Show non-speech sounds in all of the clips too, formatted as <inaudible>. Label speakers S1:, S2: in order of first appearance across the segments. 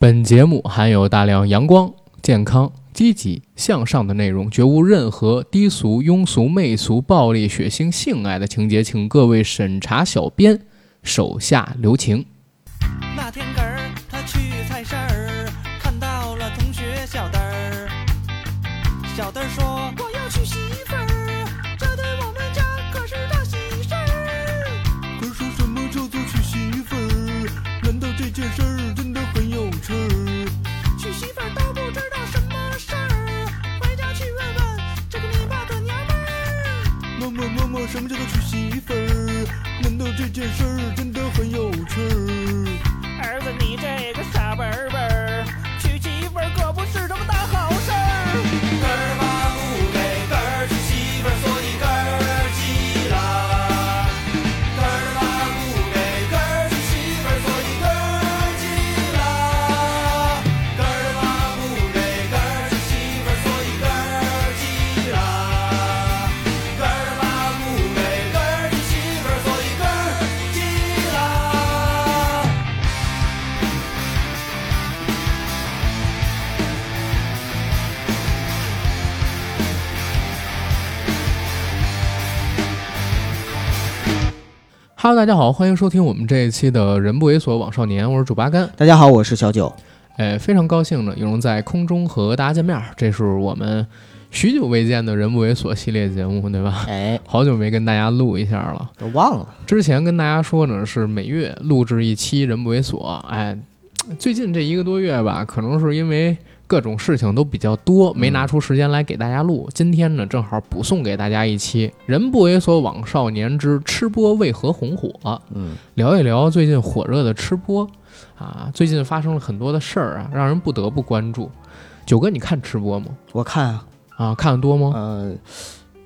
S1: 本节目含有大量阳光、健康、积极向上的内容，绝无任何低俗、庸俗、媚俗、暴力、血腥、性爱的情节，请各位审查小编手下留情。
S2: 那天根儿他去菜市儿，看到了同学小灯儿。小灯儿说：“我要娶媳妇儿，这对我们家可是大喜事儿。”可是什么叫做娶媳妇儿？难道这件事儿真的很有趣儿？娶媳妇儿都不知道什么事儿，回家去问问这个你爸的娘们儿。妈妈妈妈，什么叫做娶媳妇儿？难道这件事儿真的很有趣儿？儿子，你这个傻笨笨儿，娶媳妇儿可不是什么大好事儿。根儿妈不给根儿娶媳妇儿，所以根儿急了。根儿妈不给根儿娶媳妇儿，所以根儿急了。根儿妈不给根儿娶媳妇儿，所以根儿急了。根儿妈不给根儿娶媳妇儿，所以根儿急了。
S1: Hello，大家好，欢迎收听我们这一期的《人不为所往少年》，我是主八竿。
S3: 大家好，我是小九。
S1: 哎，非常高兴呢，有能在空中和大家见面儿，这是我们许久未见的《人不为所》系列节目，对吧？
S3: 哎，
S1: 好久没跟大家录一下了。
S3: 都忘了，
S1: 之前跟大家说呢，是每月录制一期《人不为所》。哎，最近这一个多月吧，可能是因为各种事情都比较多，没拿出时间来给大家录。今天呢，正好补送给大家一期《人不为所往少年之吃播为何红火》，
S3: 嗯，
S1: 聊一聊最近火热的吃播啊，最近发生了很多的事儿啊，让人不得不关注。九哥，你看吃播吗？
S3: 我看啊，
S1: 啊，看的多吗？
S3: 呃，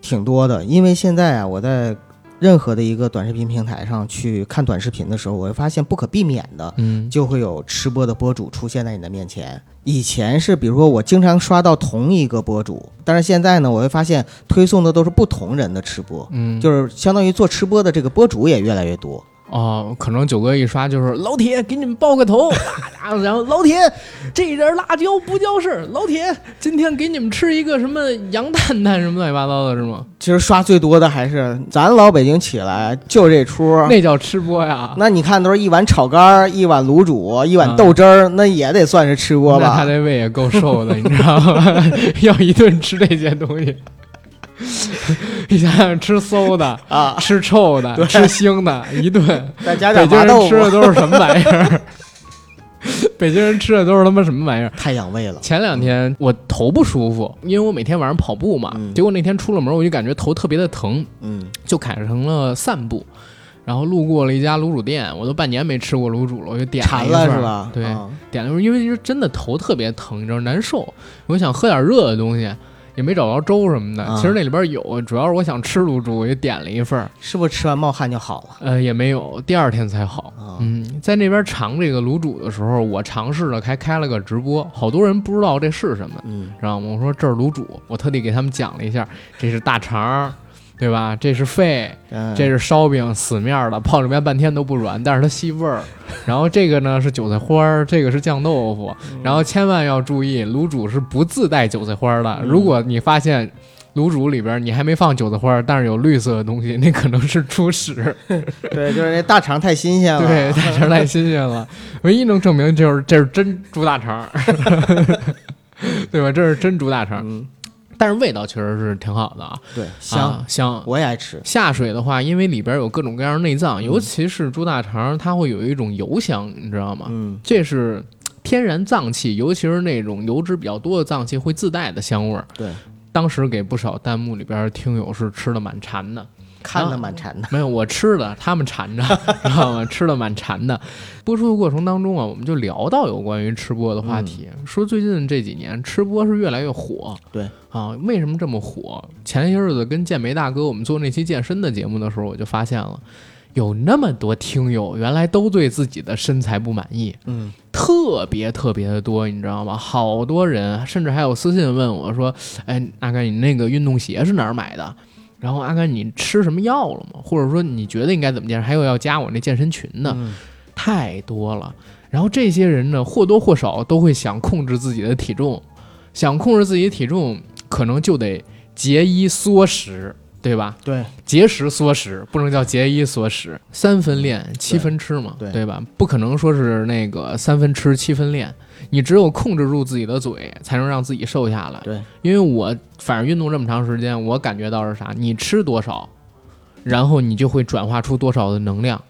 S3: 挺多的，因为现在啊，我在任何的一个短视频平台上去看短视频的时候，我会发现不可避免的
S1: 嗯，
S3: 就会有吃播的博主出现在你的面前。以前是，比如说我经常刷到同一个博主，但是现在呢，我会发现推送的都是不同人的吃播，
S1: 嗯，
S3: 就是相当于做吃播的这个博主也越来越多。
S1: 哦，可能九哥一刷就是老铁给你们爆个头， <laughs> 啊然后老铁这人辣椒不叫事儿，老铁今天给你们吃一个什么羊蛋蛋什么乱七八糟的，是吗？
S3: 其实刷最多的还是咱老北京起来就这出，
S1: 那叫吃播呀，
S3: 那你看，都是一碗炒肝儿，一碗卤煮，一碗豆汁儿，那也得算是吃播
S1: 嗯那
S3: 吧
S1: 他？这胃也够瘦的，你知道吗？ <laughs> 要一顿吃这些东西， <laughs> 你想想吃馊
S3: <laughs>
S1: 的、
S3: 啊，
S1: 吃臭的、吃腥的，一顿
S3: 再加
S1: 北
S3: 点
S1: 京
S3: 麻
S1: 人
S3: 豆
S1: 吃的
S3: 腐，
S1: 都是什么玩意儿？ <laughs> 北京人吃的都是他妈什么玩意儿？
S3: 太养胃了。
S1: 前两天我头不舒服，因为我每天晚上跑步嘛，
S3: 嗯
S1: 结果那天出了门我就感觉头特别的疼，
S3: 嗯，
S1: 就改成了散步。然后路过了一家卤煮店，我都半年没吃过卤煮了，我就点
S3: 馋
S1: 一
S3: 了
S1: 份
S3: 是
S1: 儿
S3: 吧？
S1: 对，
S3: 啊
S1: 点了一份儿，因为是真的头特别疼，你知道难受，我想喝点热的东西，也没找着粥什么的。
S3: 啊
S1: 其实那里边有，主要是我想吃卤煮，我就点了一份儿，
S3: 是不是吃完冒汗就好了？
S1: 呃，也没有，第二天才好。
S3: 啊，
S1: 嗯，在那边尝这个卤煮的时候，我尝试了，还开了个直播，好多人不知道这是什么。
S3: 嗯，
S1: 知道吗？我说这是卤煮，我特地给他们讲了一下，这是大肠儿，对吧？这是肺，
S3: 嗯
S1: 这是烧饼，死面儿的，泡里面半天都不软，但是它吸味儿。然后这个呢是韭菜花儿，这个是酱豆腐。然后千万要注意，卤煮是不自带韭菜花儿的。如果你发现卤煮里边你还没放韭菜花儿，但是有绿色的东西，那可能是初始。
S3: 对，就是那大肠太新鲜了。 <laughs>
S1: 对，大肠太新鲜了，唯一能证明就是这是真猪大肠儿， <laughs> 对吧？这是真猪大肠儿。
S3: 嗯，
S1: 但是味道确实是挺好的啊，
S3: 对，香，
S1: 啊香。
S3: 我也爱吃。
S1: 下水的话，因为里边有各种各样的内脏，
S3: 嗯
S1: 尤其是猪大肠，它会有一种油香，你知道吗？
S3: 嗯，
S1: 这是天然脏器，尤其是那种油脂比较多的脏器会自带的香味儿。
S3: 对，
S1: 当时给不少弹幕里边听友是吃的蛮馋的，
S3: 看的蛮馋的。
S1: 没有我吃的，他们馋着， <laughs> 知道吗？吃的蛮馋的。播出的过程当中啊，我们就聊到有关于吃播的话题，说最近这几年吃播是越来越火。
S3: 嗯对
S1: 啊，为什么这么火？前些日子跟健梅大哥我们做那期健身的节目的时候，我就发现了，有那么多听友原来都对自己的身材不满意，
S3: 嗯，
S1: 特别特别的多，你知道吗？好多人，甚至还有私信问我说：“哎，阿甘，你那个运动鞋是哪儿买的？”然后阿甘，你吃什么药了吗？或者说你觉得应该怎么健身？还有要加我那健身群呢，
S3: 嗯
S1: 太多了。然后这些人呢，或多或少都会想控制自己的体重，想控制自己的体重，可能就得节衣缩食，对吧？
S3: 对，
S1: 节食缩食不能叫节衣缩食，三分练七分吃嘛，
S3: 对
S1: 吧？不可能说是那个三分吃七分练，你只有控制住自己的嘴，才能让自己瘦下来。
S3: 对，
S1: 因为我反正运动这么长时间，我感觉到是啥？你吃多少，然后你就会转化出多少的能量，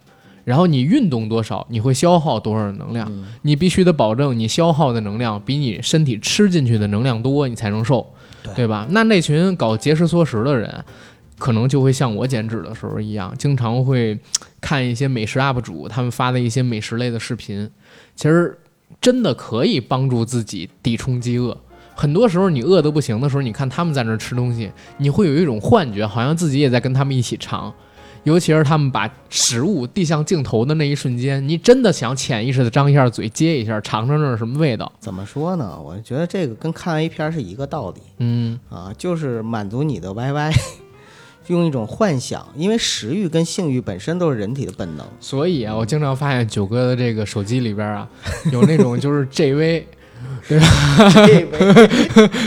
S1: 然后你运动多少，你会消耗多少的能量。
S3: 嗯
S1: 你必须得保证你消耗的能量比你身体吃进去的能量多，你才能瘦，
S3: 对
S1: 吧？那那群搞节食缩食的人，可能就会像我减脂的时候一样，经常会看一些美食 UP 主他们发的一些美食类的视频，其实真的可以帮助自己抵冲饥饿。很多时候你饿得不行的时候，你看他们在那儿吃东西，你会有一种幻觉，好像自己也在跟他们一起尝。尤其是他们把食物递向镜头的那一瞬间，你真的想潜意识的张一下嘴，接一下，尝尝这是什么味道。
S3: 怎么说呢？我觉得这个跟看 A 片儿是一个道理
S1: 嗯，
S3: 啊，就是满足你的 YY，用一种幻想，因为食欲跟性欲本身都是人体的本
S1: <laughs>
S3: 能。
S1: 所以啊，我经常发现九哥的这个手机里边
S3: <laughs>
S1: 啊，有那种就是 <laughs> JV，有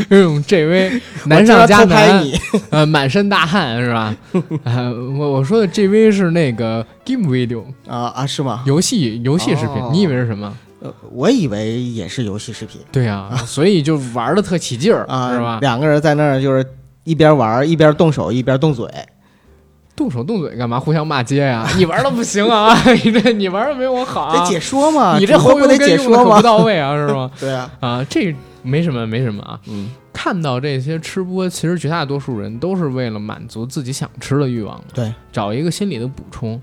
S1: 那种 JV 难上加
S3: 我知道偷拍
S1: 难，
S3: 你，
S1: 呃，满身大汗是吧？呃，我我说的 JV 是那个 game video
S3: 啊啊是吗？
S1: 游戏游戏视频，
S3: 哦
S1: 你以为是什么？
S3: 呃我以为也是游戏视频
S1: 对呀、
S3: <laughs>
S1: 所以就玩的特起劲儿，
S3: 啊，
S1: 是吧？
S3: 两个人在那儿就是一边玩儿一边动手一边动嘴，
S1: 动手动嘴干嘛？互相骂街
S3: <laughs>
S1: 呀、你玩的不行啊！ <laughs> 你这你玩的没我好、啊
S3: 得，解说嘛，
S1: 你这
S3: 主播
S1: 后
S3: 不
S1: 用
S3: 得
S1: 跟
S3: 解
S1: 用的
S3: 说
S1: 可不
S3: 吗？
S1: 到位啊，是
S3: <laughs>
S1: 吗？
S3: 对啊，
S1: 啊，这没什么，没什么啊。
S3: 嗯，
S1: 看到这些吃播，其实绝大多数人都是为了满足自己想吃的欲望，
S3: 对，
S1: 找一个心理的补充。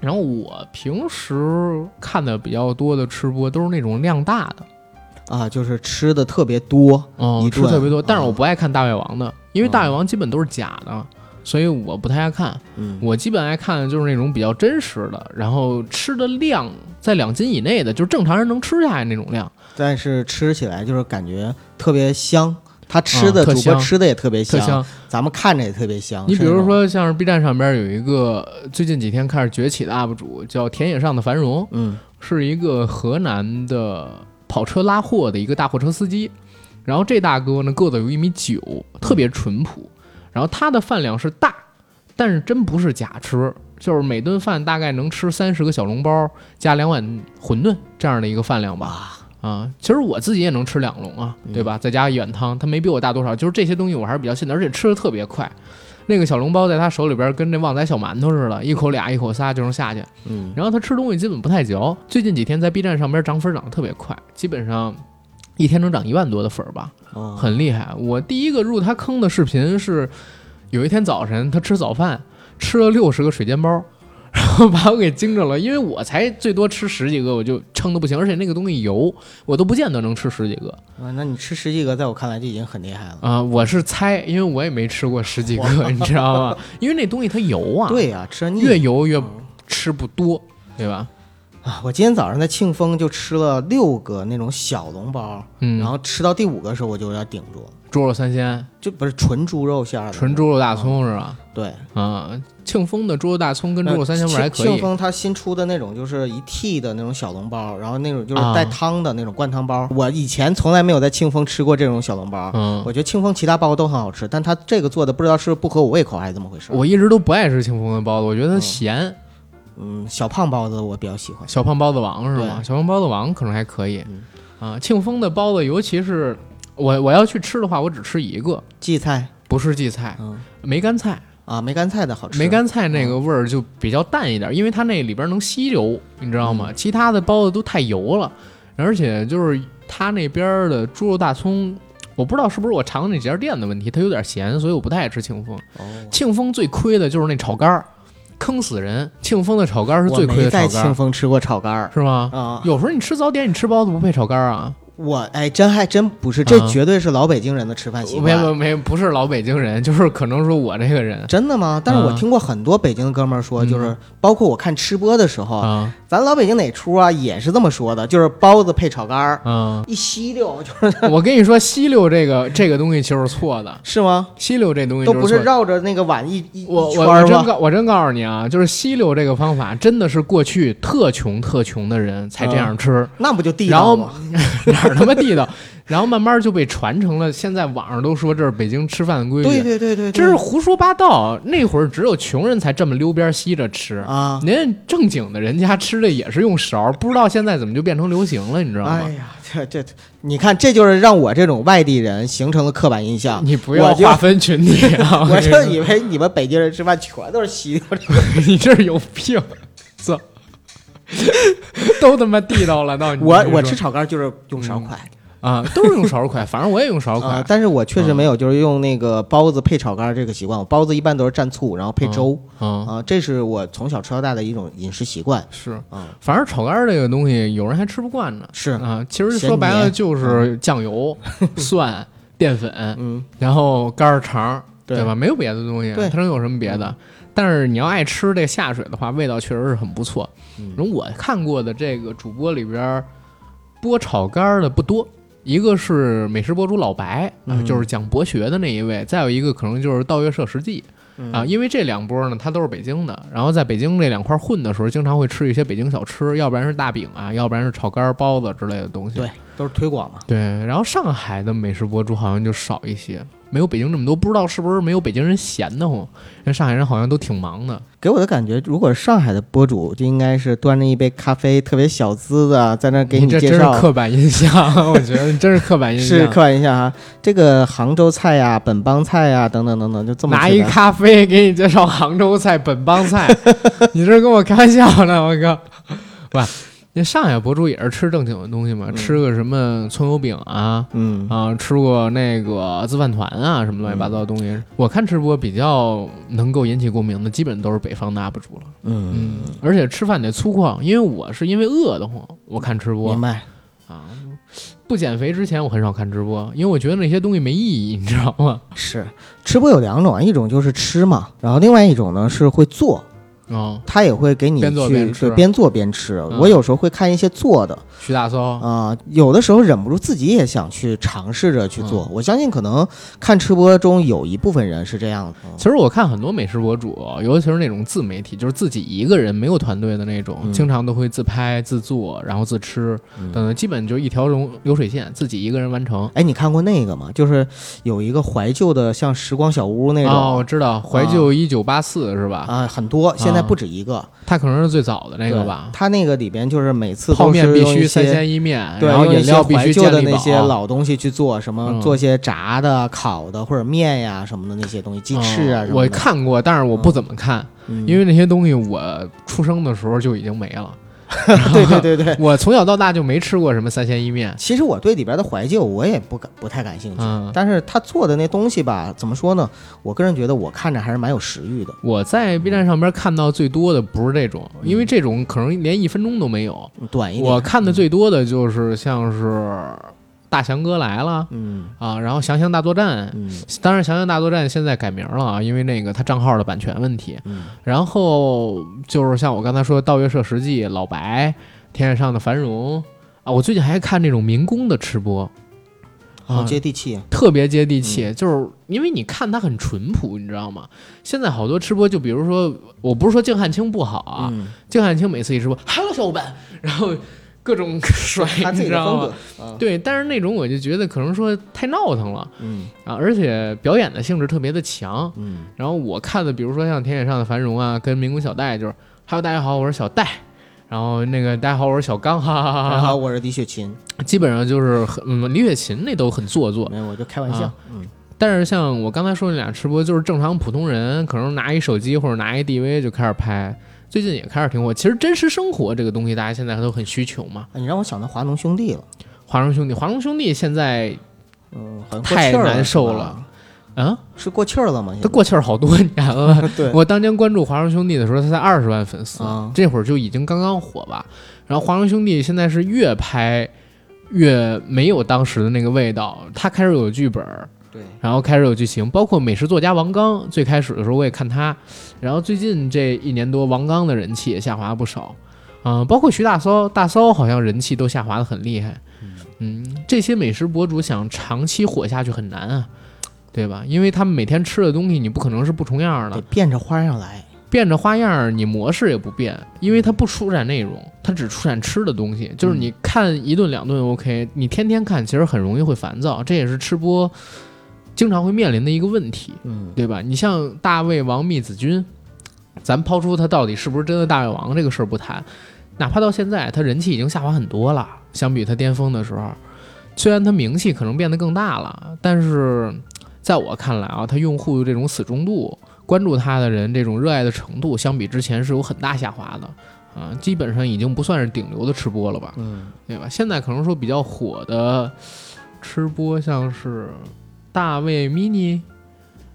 S1: 然后我平时看的比较多的吃播都是那种量大的，
S3: 啊，就是吃的特别多，
S1: 哦
S3: 一，
S1: 吃
S3: 顿
S1: 特别多，但是
S3: 啊
S1: 我不爱看大胃王的，因为大胃王基本都是假的，所以我不太爱看。
S3: 嗯，
S1: 我基本爱看的就是那种比较真实的，然后吃的量在两斤以内的，就是正常人能吃下来那种量。
S3: 但是吃起来就是感觉特别香。他吃
S1: 啊
S3: 的、
S1: 特
S3: 主播
S1: 香
S3: 吃的也特别
S1: 特香，
S3: 咱们看着也特别香。
S1: 你
S3: 是
S1: 比
S3: 那
S1: 如
S3: 种
S1: 说像是 B 站上边有一个呃最近几天开始崛起的 UP 主叫田野上的繁荣，
S3: 嗯
S1: 是一个河南的跑车拉货的一个大货车司机。然后这大哥呢个子有一米九，特别淳朴。然后他的饭量是大，但是真不是假吃，就是每顿饭大概能吃三十个小笼包加两碗馄饨这样的一个饭量吧。
S3: 哇，嗯
S1: 啊，其实我自己也能吃两笼啊，对吧？再加一碗汤，他没比我大多少，就是这些东西我还是比较信的，而且吃的特别快。那个小笼包在他手里边跟那旺仔小馒头似的，一口俩，一口仨就能下去。
S3: 嗯，
S1: 然后他吃东西基本不太嚼。最近几天在 B 站上边涨粉涨得特别快，基本上一天能涨一万多的粉儿吧，
S3: 哦
S1: 很厉害。我第一个入他坑的视频是有一天早晨他吃早饭吃了六十个水煎包，然后把我给惊着了，因为我才最多吃十几个我就撑得不行，而且那个东西油我都不见得能吃十几个
S3: 哇哦那你吃十几个，在我看来就已经很厉害了。
S1: 啊、我是猜，因为我也没吃过十几
S3: <laughs>
S1: 个，你知道吗？因为那东西它油啊，
S3: 对呀、吃腻
S1: 越油越吃不多，对吧？
S3: 啊！我今天早上在庆丰就吃了六个那种小笼包，
S1: 嗯，
S3: 然后吃到第五个的时候我就有点顶住了，
S1: 猪肉三鲜。
S3: 就不是纯猪肉馅儿的，
S1: 纯猪肉大葱是吧？
S3: 对，
S1: 啊，庆丰的猪肉大葱跟猪肉三鲜味儿还可
S3: 庆
S1: 以。
S3: 丰它新出的那种就是一屉的那种小笼包，然后那种就是
S1: 啊
S3: 带汤的那种灌汤包，我以前从来没有在庆丰吃过这种小笼包。
S1: 嗯，
S3: 我觉得庆丰其他包都很好吃，但它这个做的不知道是不合我胃口还是怎么回事。
S1: 我一直都不爱吃庆丰的包子，我觉得咸。
S3: 嗯，小胖包子我比较喜欢。
S1: 小胖包子王是吗？
S3: 对
S1: 小胖包子王可能还可以
S3: 嗯。
S1: 啊，庆丰的包子，尤其是我我要去吃的话，我只吃一个，
S3: 荠菜，
S1: 不是荠菜，
S3: 嗯
S1: 梅干菜。
S3: 啊，梅干菜的好吃。
S1: 梅干菜那个味儿就比较淡一点，因为它那里边能吸油，你知道吗？其他的包子都太油了，而且就是它那边的猪肉大葱，我不知道是不是我尝的那几家店的问题，它有点咸，所以我不太爱吃庆丰。
S3: 哦，
S1: 庆丰最亏的就是那炒肝儿，坑死人！庆丰的炒肝儿是
S3: 我
S1: 最亏
S3: 没
S1: 的
S3: 在
S1: 炒肝
S3: 庆
S1: 儿，
S3: 丰吃过炒肝儿
S1: 是吗？
S3: 啊，
S1: 有时候你吃早点，你吃包子不配炒肝儿啊？
S3: 我哎，真还真不是，这
S1: 啊
S3: 绝对是老北京人的吃饭习
S1: 没
S3: 惯。
S1: 没没，不是老北京人，就是可能说我这个人
S3: 真的吗？但是我
S1: 啊
S3: 听过很多北京的哥们儿说，
S1: 嗯
S3: 就是包括我看吃播的时候，
S1: 啊
S3: 咱老北京哪出啊，也是这么说的，就是包子配炒肝儿，
S1: 啊！
S3: 一吸溜就是
S1: 我跟你说，吸溜这个这个东西就是错的，
S3: 是吗？
S1: 吸溜这东西
S3: 都
S1: 就是
S3: 不是
S1: 错的。
S3: 绕着那个碗一一
S1: 我
S3: 一
S1: 我
S3: 圈
S1: 我
S3: 儿
S1: 真
S3: 吗？
S1: 告我真告诉你啊，就是吸溜这个方法真的是过去特穷特穷的人才这样吃，
S3: 那不就嗯地
S1: 然
S3: 道啊
S1: 后
S3: 吗？
S1: <laughs> 哪儿他妈地道？然后慢慢就被传成了，现在网上都说这是北京吃饭的规矩，
S3: 对对对对，
S1: 这是胡说八道。那会儿只有穷人才这么溜边儿吸着吃
S3: 啊！
S1: 人家正经的人家吃的也是用勺儿，不知道现在怎么就变成流行了，你知道吗？
S3: 哎呀，这这，你看，这就是让我这种外地人形成了刻板印象。
S1: 你不要
S3: 我就
S1: 划分群体啊！
S3: <laughs> 我
S1: 跟你
S3: 就
S1: 说
S3: 以为你们北京人吃饭全都是稀溜的，
S1: <laughs> 你这是有病，操！都他妈地道了，嗯到你
S3: 我
S1: 这
S3: 我
S1: 说
S3: 吃炒肝就是用勺筷
S1: 啊，都是用勺儿筷，反正我也用勺儿
S3: 啊、
S1: 筷。
S3: 但是我确实没
S1: 嗯
S3: 有就是用那个包子配炒肝这个习惯。我包子一般都是蘸醋，然后配粥啊、
S1: 嗯，
S3: 这是我从小吃到大的一种饮食习惯。
S1: 是
S3: 嗯，
S1: 反正炒肝儿这个东西，有人还吃不惯呢。
S3: 是
S1: 啊，其实
S3: 咸啊
S1: 说白了
S3: 黏
S1: 就是酱
S3: <laughs>
S1: 油、蒜、淀粉，
S3: 嗯，
S1: 然后肝儿肠儿，
S3: 对
S1: 对吧？没有别的东西，
S3: 对嗯
S1: 它能有什么别的？但是你要爱吃这个下水的话，味道确实是很不错。
S3: 嗯
S1: 然后我看过的这个主播里边儿，播炒肝儿的不多，一个是美食博主老白，啊
S3: 嗯
S1: 就是讲博学的那一位，再有一个可能就是道月社实际。
S3: 嗯
S1: 啊，因为这两波呢，他都是北京的，然后在北京这两块混的时候，经常会吃一些北京小吃，要不然是大饼啊，要不然是炒肝儿、包子之类的东西。
S3: 对，都是推广嘛。
S1: 对，然后上海的美食博主好像就少一些，没有北京这么多，不知道是不是没有北京人闲得慌，人上海人好像都挺忙的。
S3: 给我的感觉，如果是上海的博主，就应该是端着一杯咖啡，特别小资的，在那儿给
S1: 这
S3: 介
S1: 真是
S3: 绍。
S1: 刻板印象， <laughs> 我觉得真是刻板印象。
S3: 是刻板印象啊，这个杭州菜呀、本帮菜呀、等等等等，就这么
S1: 拿
S3: 吃
S1: 一
S3: 的
S1: 咖啡给你介绍杭州菜、本帮
S3: <laughs>
S1: 菜，你这是跟我开玩笑呢，我靠！不，那上海博主也是吃正经的东西嘛，吃个什么葱油饼啊。
S3: 嗯，
S1: 啊，吃过那个自饭团啊，什么乱七八糟的东西。
S3: 嗯
S1: 我看直播比较能够引起共鸣的，基本都是北方的 UP 主了。
S3: 嗯，
S1: 嗯，而且吃饭得粗犷，因为我是因为饿得慌，我看直播
S3: 明白。
S1: 啊。不减肥之前，我很少看直播，因为我觉得那些东西没意义，你知道
S3: <laughs>
S1: 吗？
S3: 是吃播有两种啊，一种就是吃嘛，然后另外一种呢是会做，
S1: 啊，
S3: 他也会给你去
S1: 边做边吃啊
S3: 对边做边吃。
S1: 嗯
S3: 我有时候会看一些做的
S1: 徐大
S3: 啊、
S1: 骚，
S3: 有的时候忍不住自己也想去尝试着去
S1: 嗯
S3: 做。我相信可能看吃播中有一部分人是这样的。
S1: 其实我看很多美食博主，尤其是那种自媒体，就是自己一个人没有团队的那种，
S3: 嗯
S1: 经常都会自拍、自做，然后自吃，
S3: 嗯
S1: 等等，基本就一条龙流水线，自己一个人完成。
S3: 哎，你看过那个吗？就是有一个怀旧的，像时光小屋那种、
S1: 哦，我知道，怀旧一九八四是吧？
S3: 啊，很多，现在
S1: 啊
S3: 不止一个。
S1: 他可能是最早的那个
S3: 对
S1: 吧。
S3: 它那个里边就是每次
S1: 泡
S3: 都
S1: 面
S3: 是
S1: 必
S3: 用
S1: 须
S3: 一
S1: 三
S3: 些
S1: 鲜一面，
S3: 对，
S1: 然后
S3: 用一
S1: 饮
S3: 些
S1: 料必
S3: 怀
S1: 须
S3: 旧
S1: 健
S3: 的
S1: 力
S3: 那些
S1: 宝
S3: 老东西去做，什么
S1: 嗯
S3: 做些炸的、烤的或者面呀什么的那些东西，鸡翅啊
S1: 嗯
S3: 什么
S1: 我
S3: 的。
S1: 看过，但是我不怎么看，
S3: 嗯，
S1: 因为那些东西我出生的时候就已经没
S3: <laughs>
S1: 了。
S3: <laughs> 对对对对，
S1: 我从小到大就没吃过什么三鲜一面。
S3: 其实我对里边的怀旧我也不感不太感兴趣，
S1: 嗯，
S3: 但是他做的那东西吧，怎么说呢？我个人觉得我看着还是蛮有食欲的。
S1: 我在 B 站上边看到最多的不是这种，因为这种可能连一分钟都没有。
S3: 短一嗯点，
S1: 我看的最多的就是像是大翔哥来了
S3: 嗯
S1: 啊，然后《翔翔大作战》
S3: 嗯
S1: 当然，《翔翔大作战》现在改名了啊，因为那个他账号的版权问题。
S3: 嗯
S1: 然后就是像我刚才说的，《盗月社实记》、老白、天上的繁荣啊，我最近还看那种民工的吃播，
S3: 好
S1: 啊
S3: 接地气。
S1: 特别接地气，
S3: 嗯
S1: 就是因为你看他很淳朴，你知道吗？现在好多吃播，就比如说，我不是说敬汉卿不好啊，
S3: 嗯，
S1: 敬汉卿每次一直播，Hello 小伙伴，然后各种甩，
S3: 他自
S1: 你
S3: 己
S1: 知
S3: 的
S1: 道
S3: 风
S1: 吗？
S3: 格，啊
S1: 对，但是那种我就觉得可能说太闹腾了
S3: 嗯
S1: 啊，而且表演的性质特别的强，
S3: 嗯
S1: 然后我看的，比如说像《田野上的繁荣》啊，跟《民工小戴》就是，Hello，大家好，我是小戴。然后那个大家好，我是小刚，哈哈
S3: 大
S1: 哈
S3: 家好，
S1: 哈
S3: 啊我是李雪琴，
S1: 哈。基本上就是很，嗯，李雪琴那都很做作。
S3: 没有，我就开玩笑
S1: 啊。
S3: 嗯
S1: 但是像我刚才说那俩吃播，就是正常普通人，可能拿一手机或者拿一 DV 就开始拍。最近也开始挺火。其实真实生活这个东西，大家现在都很需求嘛。
S3: 啊你让我想到华农兄弟了，
S1: 华融兄弟，华融兄弟现在，
S3: 嗯，好像过
S1: 太
S3: 气儿
S1: 难受
S3: 是吧
S1: 了啊，
S3: 是过气儿了吗？
S1: 他过气儿好多年了。
S3: 现在对，
S1: 我当年关注华融兄弟的时候，他才二十万粉丝，
S3: 啊
S1: 这会儿就已经刚刚火吧。然后华融兄弟现在是越拍越没有当时的那个味道。它开始有剧本，
S3: 对，
S1: 然后开始有剧情，包括美食作家王刚，最开始的时候我也看他，然后最近这一年多，王刚的人气也下滑不少，嗯、包括徐大骚，大骚好像人气都下滑的很厉害，嗯，这些美食博主想长期火下去很难啊，对吧？因为他们每天吃的东西，你不可能是不重样
S3: 得
S1: 的，
S3: 变着花样来。
S1: 变着花样儿，你模式也不变，因为它不出产内容，它只出产吃的东西。就是你看一顿两顿 OK，你天天看其实很容易会烦躁，这也是吃播经常会面临的一个问题，
S3: 嗯，
S1: 对吧？你像大胃王密子君，咱抛出他到底是不是真的大胃王这个事儿不谈，哪怕到现在他人气已经下滑很多了，相比他巅峰的时候，虽然他名气可能变得更大了，但是在我看来啊，他用户的这种死忠度、关注他的人这种热爱的程度，相比之前是有很大下滑的。啊，基本上已经不算是顶流的吃播了吧，
S3: 嗯，
S1: 对吧？现在可能说比较火的吃播，像是大胃 mini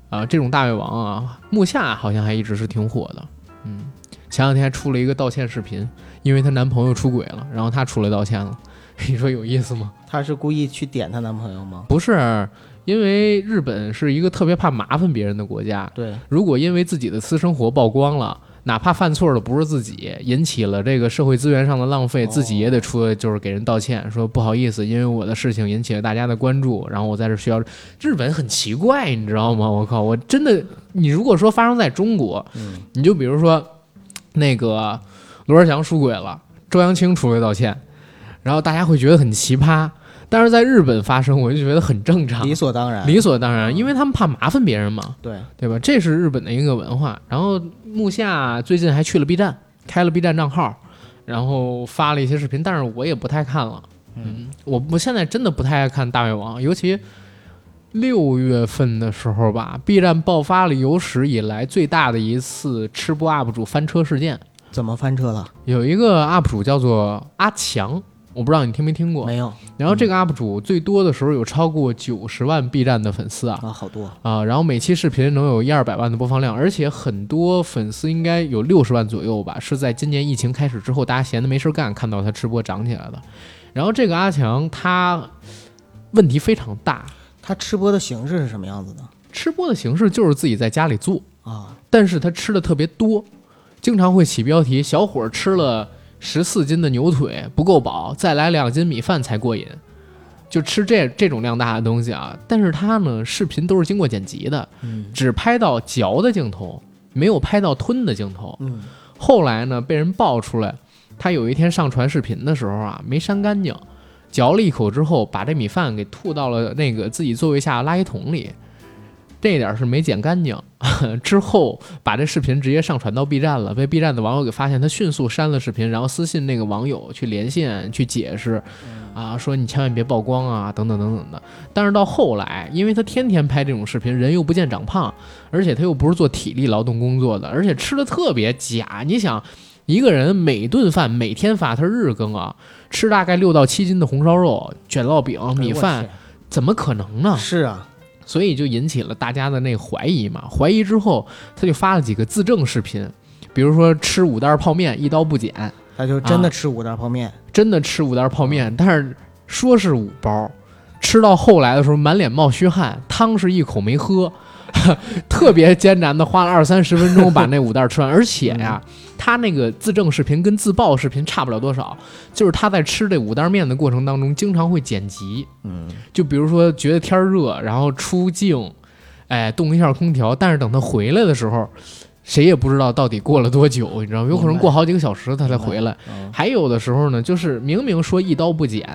S1: 啊、这种大胃王啊，木下好像还一直是挺火的。嗯，前两天还出了一个道歉视频，因为她男朋友出轨了，然后她出来道歉了。 <laughs> 你说有意思吗？
S3: 她是故意去点她男朋友吗？
S1: 不是，因为日本是一个特别怕麻烦别人的国家，
S3: 对，
S1: 如果因为自己的私生活曝光了。哪怕犯错的不是自己，引起了这个社会资源上的浪费，
S3: 哦
S1: 自己也得出来就是给人道歉，说不好意思，因为我的事情引起了大家的关注，然后我在这需要。日本很奇怪，你知道吗？我靠，我真的，你如果说发生在中国，
S3: 嗯
S1: 你就比如说那个罗志祥出轨了，周扬青出来道歉，然后大家会觉得很奇葩，但是在日本发生，我就觉得很正常
S3: 理，所当然。
S1: 啊理所当然，因为他们怕麻烦别人嘛。
S3: 对，
S1: 对吧？这是日本的一个文化。然后木下最近还去了 B 站，开了 B 站账号，然后发了一些视频，但是我也不太看了。嗯，我我现在真的不太爱看大胃王，尤其六月份的时候吧，B 站爆发了有史以来最大的一次吃播 UP 主翻车事件。
S3: 怎么翻车了？
S1: 有一个 UP 主叫做阿强，我不知道你听没听过。
S3: 没有
S1: 然后这个 UP 主最多的时候有超过九十万 B 站的粉丝啊，
S3: 啊，好多。
S1: 啊，然后每期视频能有一二百万的播放量，而且很多粉丝应该有六十万左右吧，是在今年疫情开始之后，大家闲的没事儿干，看到他吃播涨起来的。然后这个阿强他问题非常大，
S3: 她吃播的形式是什么样子的？
S1: 吃播的形式就是自己在家里做，
S3: 啊，
S1: 但是他吃的特别多，经常会起标题：小伙儿吃了十四斤的牛腿不够饱，再来两斤米饭才过瘾。就吃这这种量大的东西啊，但是他呢，视频都是经过剪辑的，
S3: 嗯
S1: 只拍到嚼的镜头，没有拍到吞的镜头。
S3: 嗯，
S1: 后来呢，被人爆出来，他有一天上传视频的时候啊，没删干净，嚼了一口之后，把这米饭给吐到了那个自己座位下垃圾桶里，这点儿是没捡干净。 <laughs> 之后把这视频直接上传到 B 站了，被 B 站的网友给发现，他迅速删了视频，然后私信那个网友去连线去解释，
S3: 嗯
S1: 啊，说你千万别曝光啊，等等等等的。但是到后来，因为他天天拍这种视频，人又不见长胖，而且他又不是做体力劳动工作的，而且吃的特别假。你想，一个人每顿饭每天发，他日更啊，吃大概六到七斤的红烧肉、卷烙饼、米
S3: 哎
S1: 饭
S3: 呦，
S1: 怎么可能呢
S3: 我？去是啊，
S1: 所以就引起了大家的那个怀疑嘛。怀疑之后，他就发了几个自证视频，比如说吃五袋泡面一刀不剪，
S3: 她就真
S1: 啊
S3: 的吃五袋泡面，
S1: 真的吃五袋泡面，但是说是五包，吃到后来的时候满脸冒虚汗，汤是一口没喝， <laughs> 特别艰难的花了二三十分钟把那五袋吃完。而且呀、他那个自证视频跟自曝视频差不了多少，就是他在吃这五袋面的过程当中，经常会剪辑，
S3: 嗯，
S1: 就比如说觉得天儿热，然后出镜，哎，动一下空调，但是等他回来的时候，谁也不知道到底过了多久，你知道吗？有可能
S3: 明白
S1: 过好几个小时他才
S3: 明白
S1: 回来。
S3: 嗯
S1: 还有的时候呢，就是明明说一刀不剪，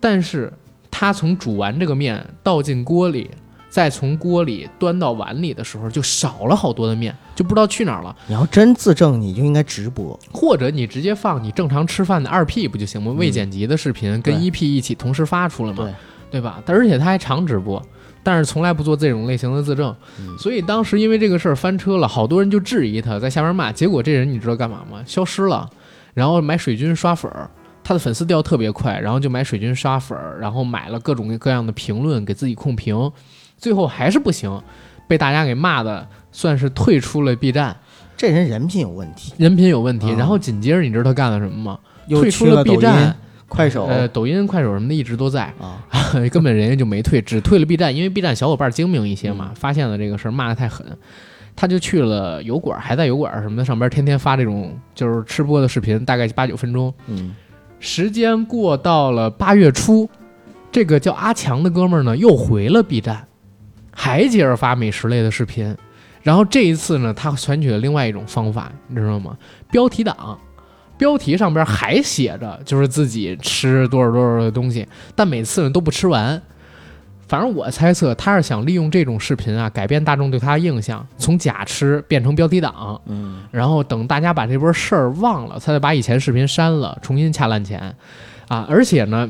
S1: 但是他从煮完这个面倒进锅里，再从锅里端到碗里的时候，就少了好多的面，就不知道去哪儿了。
S3: 你要真自证，你就应该直播。
S1: 或者你直接放你正常吃饭的二 P 不就行吗？未剪辑的视频跟
S3: 嗯对
S1: 一 P 一起同时发出了嘛
S3: 对，
S1: 对吧？但而且他还常直播，但是从来不做这种类型的自证，
S3: 嗯
S1: 所以当时因为这个事儿翻车了，好多人就质疑他，在下面骂。结果这人你知道干嘛吗？消失了，然后买水军刷粉儿。他的粉丝掉特别快，然后就买水军刷粉儿，然后买了各种各样的评论给自己控评，最后还是不行，被大家给骂的算是退出了 B 站，
S3: 这人人品有问题，
S1: 人品有问题。
S3: 啊
S1: 然后紧接着你知道他干了什么吗？
S3: 又
S1: 退
S3: 去
S1: 出了 B
S3: 抖音
S1: 站，
S3: 快手
S1: 呃，抖音、快手什么的一直都在， <laughs>
S3: 啊，
S1: 根本人家就没退，只退了 B 站，因为 B 站小伙伴精明一些嘛，发现了这个事儿，骂得太狠，他就去了油管，还在油管什么的上边天天发这种就是吃播的视频，大概八九分钟。
S3: 嗯
S1: 时间过到了八月初，这个叫阿强的哥们儿呢又回了 B 站，还接着发美食类的视频。然后这一次呢，他选取了另外一种方法，你知道吗？标题党，标题上边还写着就是自己吃多少多少的东西，但每次呢都不吃完。反正我猜测他是想利用这种视频啊，改变大众对他的印象，从假吃变成标题党。
S3: 嗯，
S1: 然后等大家把这波事儿忘了，他再把以前视频删了，重新掐烂钱，啊！而且呢，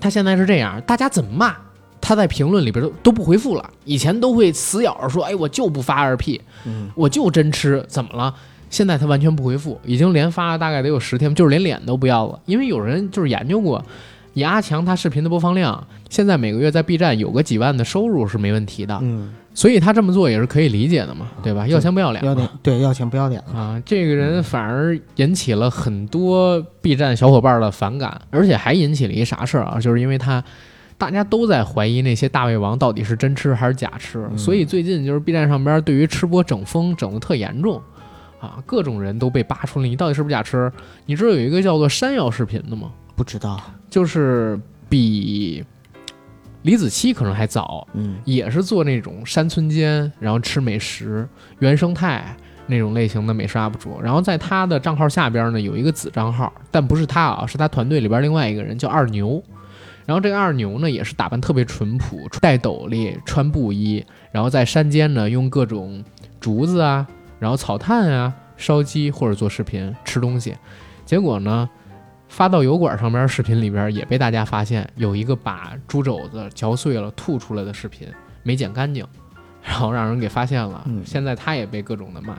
S1: 他现在是这样，大家怎么骂，他在评论里边都都不回复了。以前都会死咬着说，哎，我就不发二 P，、
S3: 嗯
S1: 我就真吃，怎么了？现在他完全不回复，已经连发了大概得有十天，就是连脸都不要了。因为有人就是研究过，以阿强他视频的播放量，现在每个月在 B 站有个几万的收入是没问题的，
S3: 嗯，
S1: 所以他这么做也是可以理解的嘛，对吧？要钱不要脸嘛，
S3: 要点对要钱不要脸了，
S1: 啊，这个人反而引起了很多 B 站小伙伴的反感，而且还引起了一啥事儿啊？就是因为他大家都在怀疑那些大胃王到底是真吃还是假吃，所以最近就是 B 站上边对于吃播整风整的特严重。啊，各种人都被扒出来，你到底是不是假吃？你知道有一个叫做山药视频的吗？
S3: 不知道，
S1: 就是比李子柒可能还早，
S3: 嗯
S1: 也是做那种山村间，然后吃美食、原生态那种类型的美食 UP 主。然后在他的账号下边呢，有一个子账号，但不是他啊，是他团队里边另外一个人叫二牛。然后这个二牛呢，也是打扮特别淳朴，戴斗笠，穿布衣，然后在山间呢用各种竹子啊，然后草炭啊烧鸡或者做视频吃东西。结果呢，发到油管上边儿视频里边儿也被大家发现有一个把猪肘子嚼碎了吐出来的视频，没剪干净，然后让人给发现了。
S3: 嗯
S1: 现在他也被各种的骂。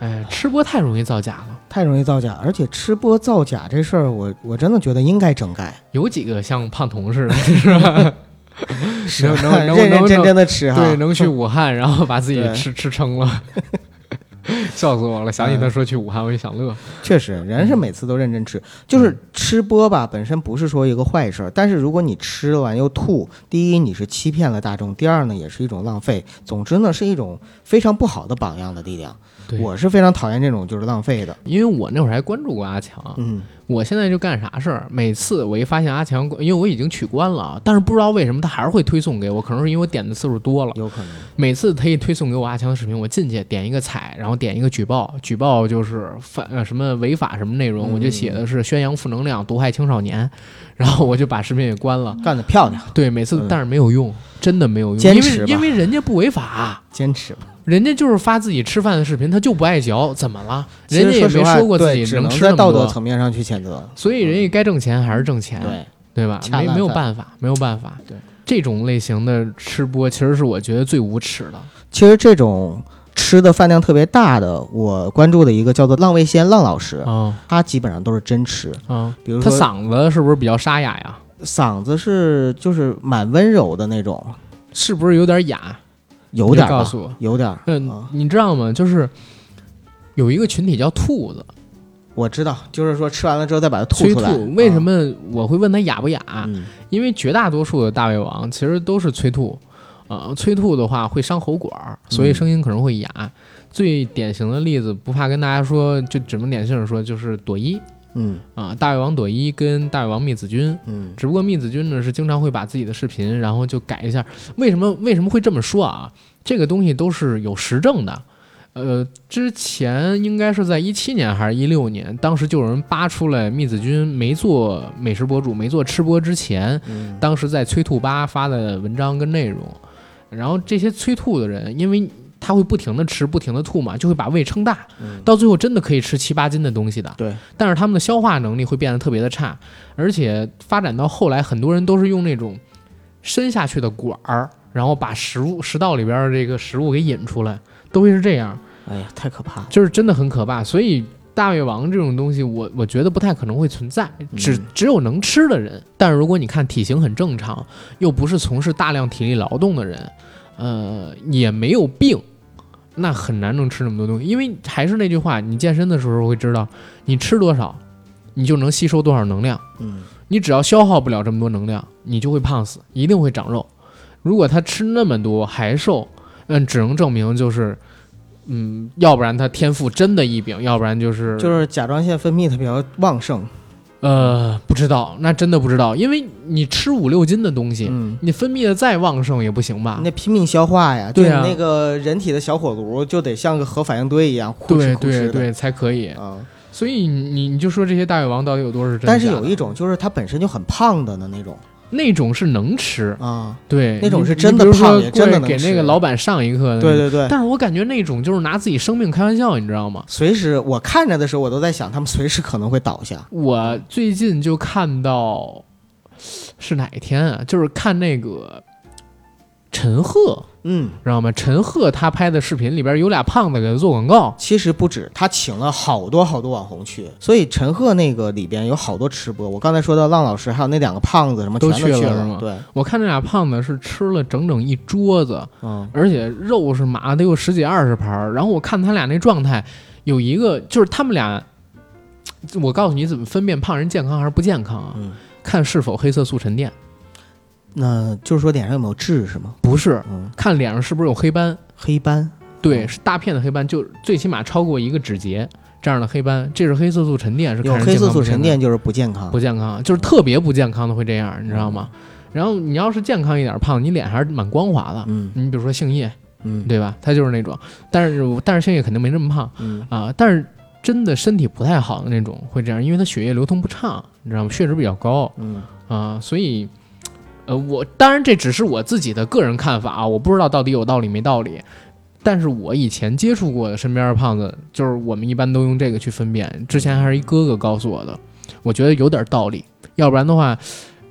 S1: 哎，吃播太容易造假了。
S3: 太容易造假，而且吃播造假这事儿，我我真的觉得应该
S1: <laughs>
S3: 整改，
S1: 有几个像胖彤似的， <laughs> 是吧？能能能
S3: <laughs> 认认
S1: 能
S3: 真真的吃哈，
S1: 对，能去武汉， <laughs> 然后把自己
S3: 对
S1: 吃吃撑了， <laughs> 笑死我了！想起他说去武汉，我就想乐。
S3: 确
S1: 嗯
S3: 实，人是每次都认真吃，就是吃播吧，本身不是说一个坏事儿，但是如果你吃完又吐，第一你是欺骗了大众，第二呢也是一种浪费。总之呢，是一种非常不好的榜样的力量。
S1: 对
S3: 我是非常讨厌这种就是浪费的。
S1: 因为我那会儿还关注过阿强，
S3: 嗯
S1: 我现在就干啥事儿，每次我一发现阿强，因为我已经取关了啊，但是不知道为什么他还是会推送给我，可能是因为我点的次数多了。
S3: 有可能，
S1: 每次他一推送给我阿强的视频，我进去点一个踩，然后点一个举报，举报就是反呃什么违法什么内容，我就写的是宣扬负能量、毒害青少年， <laughs> 然后我就把视频给关了。
S3: 干得漂亮，
S1: 对，每次
S3: 嗯
S1: 但是没有用，真的没有用，
S3: 坚
S1: 因
S3: 持
S1: 为
S3: 吧
S1: 因为人家不违法，
S3: 坚持吧。
S1: 人家就是发自己吃饭的视频，他就不爱嚼，怎么了？
S3: 其实
S1: 人家也
S3: 说
S1: 没
S3: 实话
S1: 说过自
S3: 对
S1: 己
S3: 只能
S1: 吃
S3: 在
S1: 那
S3: 道
S1: 么
S3: 德
S1: 多，
S3: 层面上去谴责。
S1: 所以人家该挣钱还是挣钱，啊
S3: 对，
S1: 对吧？
S3: 恰
S1: 没
S3: 烂
S1: 没有
S3: 饭
S1: 办法，没有办法。
S3: 对，
S1: 这种类型的吃播其实是我觉得最无耻的。
S3: 其实这种吃的饭量特别大的，我关注的一个叫做浪味仙浪老师，
S1: 嗯
S3: 他基本上都是真吃，
S1: 嗯，
S3: 比如
S1: 他
S3: 说
S1: 嗓子是不是比较沙哑呀？
S3: 嗓子是就是蛮温柔的那种，
S1: 是不是有点哑？
S3: 有点
S1: 你
S3: 儿
S1: 告
S3: 吧，
S1: 诉我
S3: 有点儿。
S1: 嗯
S3: 啊，
S1: 你知道吗？就是有一个群体叫兔子，
S3: 我知道，就是说吃完了之后再把它吐
S1: 催
S3: 出来。
S1: 兔。为什
S3: 啊？
S1: 么啊我会问他哑不哑？
S3: 嗯，
S1: 因为绝大多数的大胃王其实都是催吐，呃，催吐的话会伤喉管儿，所以声音可能会哑。最典型的例子，不怕跟大家说，就只能点性说，就是朵一
S3: 嗯
S1: 啊、大胃王朵一跟大胃王蜜子君。
S3: 嗯
S1: 只不过蜜子君呢是经常会把自己的视频，然后就改一下。为什么为什么会这么说啊？这个东西都是有实证的。呃，之前应该是在一七年还是一六年，当时就有人扒出来蜜子君没做美食博主、没做吃播之前，
S3: 嗯
S1: 当时在催吐吧发的文章跟内容。然后这些催吐的人，因为他会不停的吃、不停的吐嘛，就会把胃撑大，
S3: 嗯，
S1: 到最后真的可以吃七八斤的东西的。
S3: 对，
S1: 但是他们的消化能力会变得特别的差，而且发展到后来，很多人都是用那种伸下去的管儿，然后把食物食道里边儿的这个食物给引出来，都会是这样，
S3: 哎呀，太可怕了。
S1: 就是真的很可怕。所以大胃王这种东西我，我觉得不太可能会存在，只
S3: 嗯
S1: 只有能吃的人。但如果你看体型很正常，又不是从事大量体力劳动的人，呃，也没有病。那很难能吃那么多东西，因为还是那句话，你健身的时候会知道，你吃多少，你就能吸收多少能量。
S3: 嗯，
S1: 你只要消耗不了这么多能量，你就会胖死，一定会长肉。如果他吃那么多还瘦，嗯，只能证明就是，嗯，要不然他天赋真的异禀，要不然就是
S3: 就是甲状腺分泌它比较旺盛。
S1: 呃，不知道，那真的不知道，因为你吃五六斤的东西，
S3: 嗯，
S1: 你分泌的再旺盛也不行吧
S3: 你？得拼命消化呀，
S1: 啊对
S3: 就
S1: 啊
S3: 你那个人体的小火炉就得像个核反应堆一样，呼哧
S1: 对
S3: 呼哧
S1: 对
S3: 的
S1: 对，才可以。
S3: 啊。
S1: 所以你你就说这些大胃王到底有多少是真的？
S3: 但是有一种就是它本身就很胖的呢那种
S1: 那种是能吃，
S3: 啊，
S1: 对，
S3: 那种
S1: 你
S3: 是
S1: 你
S3: 真的
S1: 比如说
S3: 胖也真
S1: 会
S3: 的能
S1: 给那
S3: 吃
S1: 个老板上一课的那种。
S3: 对对对。
S1: 但是我感觉那种就是拿自己生命开玩笑，你知道吗？
S3: 随时我看着的时候，我都在想他们随时可能会倒下。
S1: 我最近就看到是哪一天啊？就是看那个陈赫，
S3: 嗯，
S1: 知道吗？陈赫他拍的视频里边有俩胖子给他做广告，
S3: 其实不止，他请了好多好多网红去，所以陈赫那个里边有好多吃播。我刚才说到浪老师，还有那两个胖子什么，
S1: 都
S3: 全都
S1: 去
S3: 去
S1: 了是吗
S3: 对，
S1: 我看那俩胖子是吃了整整一桌子，
S3: 嗯，
S1: 而且肉是麻的有十几二十盘儿。然后我看他俩那状态，有一个就是他们俩，我告诉你怎么分辨胖人健康还是不健康啊？
S3: 嗯
S1: 看是否黑色素沉淀，
S3: 那就是说脸上有没有痣是吗？
S1: 不是
S3: 嗯，
S1: 看脸上是不是有黑斑，
S3: 黑斑。
S1: 对，嗯是大片的黑斑，就最起码超过一个指节这样的黑斑，这是黑色素沉淀，是
S3: 有
S1: 看人
S3: 黑
S1: 健
S3: 色
S1: 康
S3: 素
S1: 不健
S3: 沉
S1: 康
S3: 淀就是不健康。
S1: 不健康，啊就是特别不健康的会这样，你知道吗？然后你要是健康一点胖，你脸还是蛮光滑的。
S3: 嗯
S1: 你比如说姓叶，
S3: 嗯
S1: 对吧？他就是那种，但是但是姓叶肯定没这么胖
S3: 嗯，
S1: 啊，但是真的身体不太好的那种会这样，因为他血液流通不畅，你知道吗？血脂比较高
S3: 嗯，
S1: 啊，所以。呃，我当然这只是我自己的个人看法啊，我不知道到底有道理没道理。但是我以前接触过的身边的胖子，就是我们一般都用这个去分辨。之前还是一哥哥告诉我的，我觉得有点道理。要不然的话，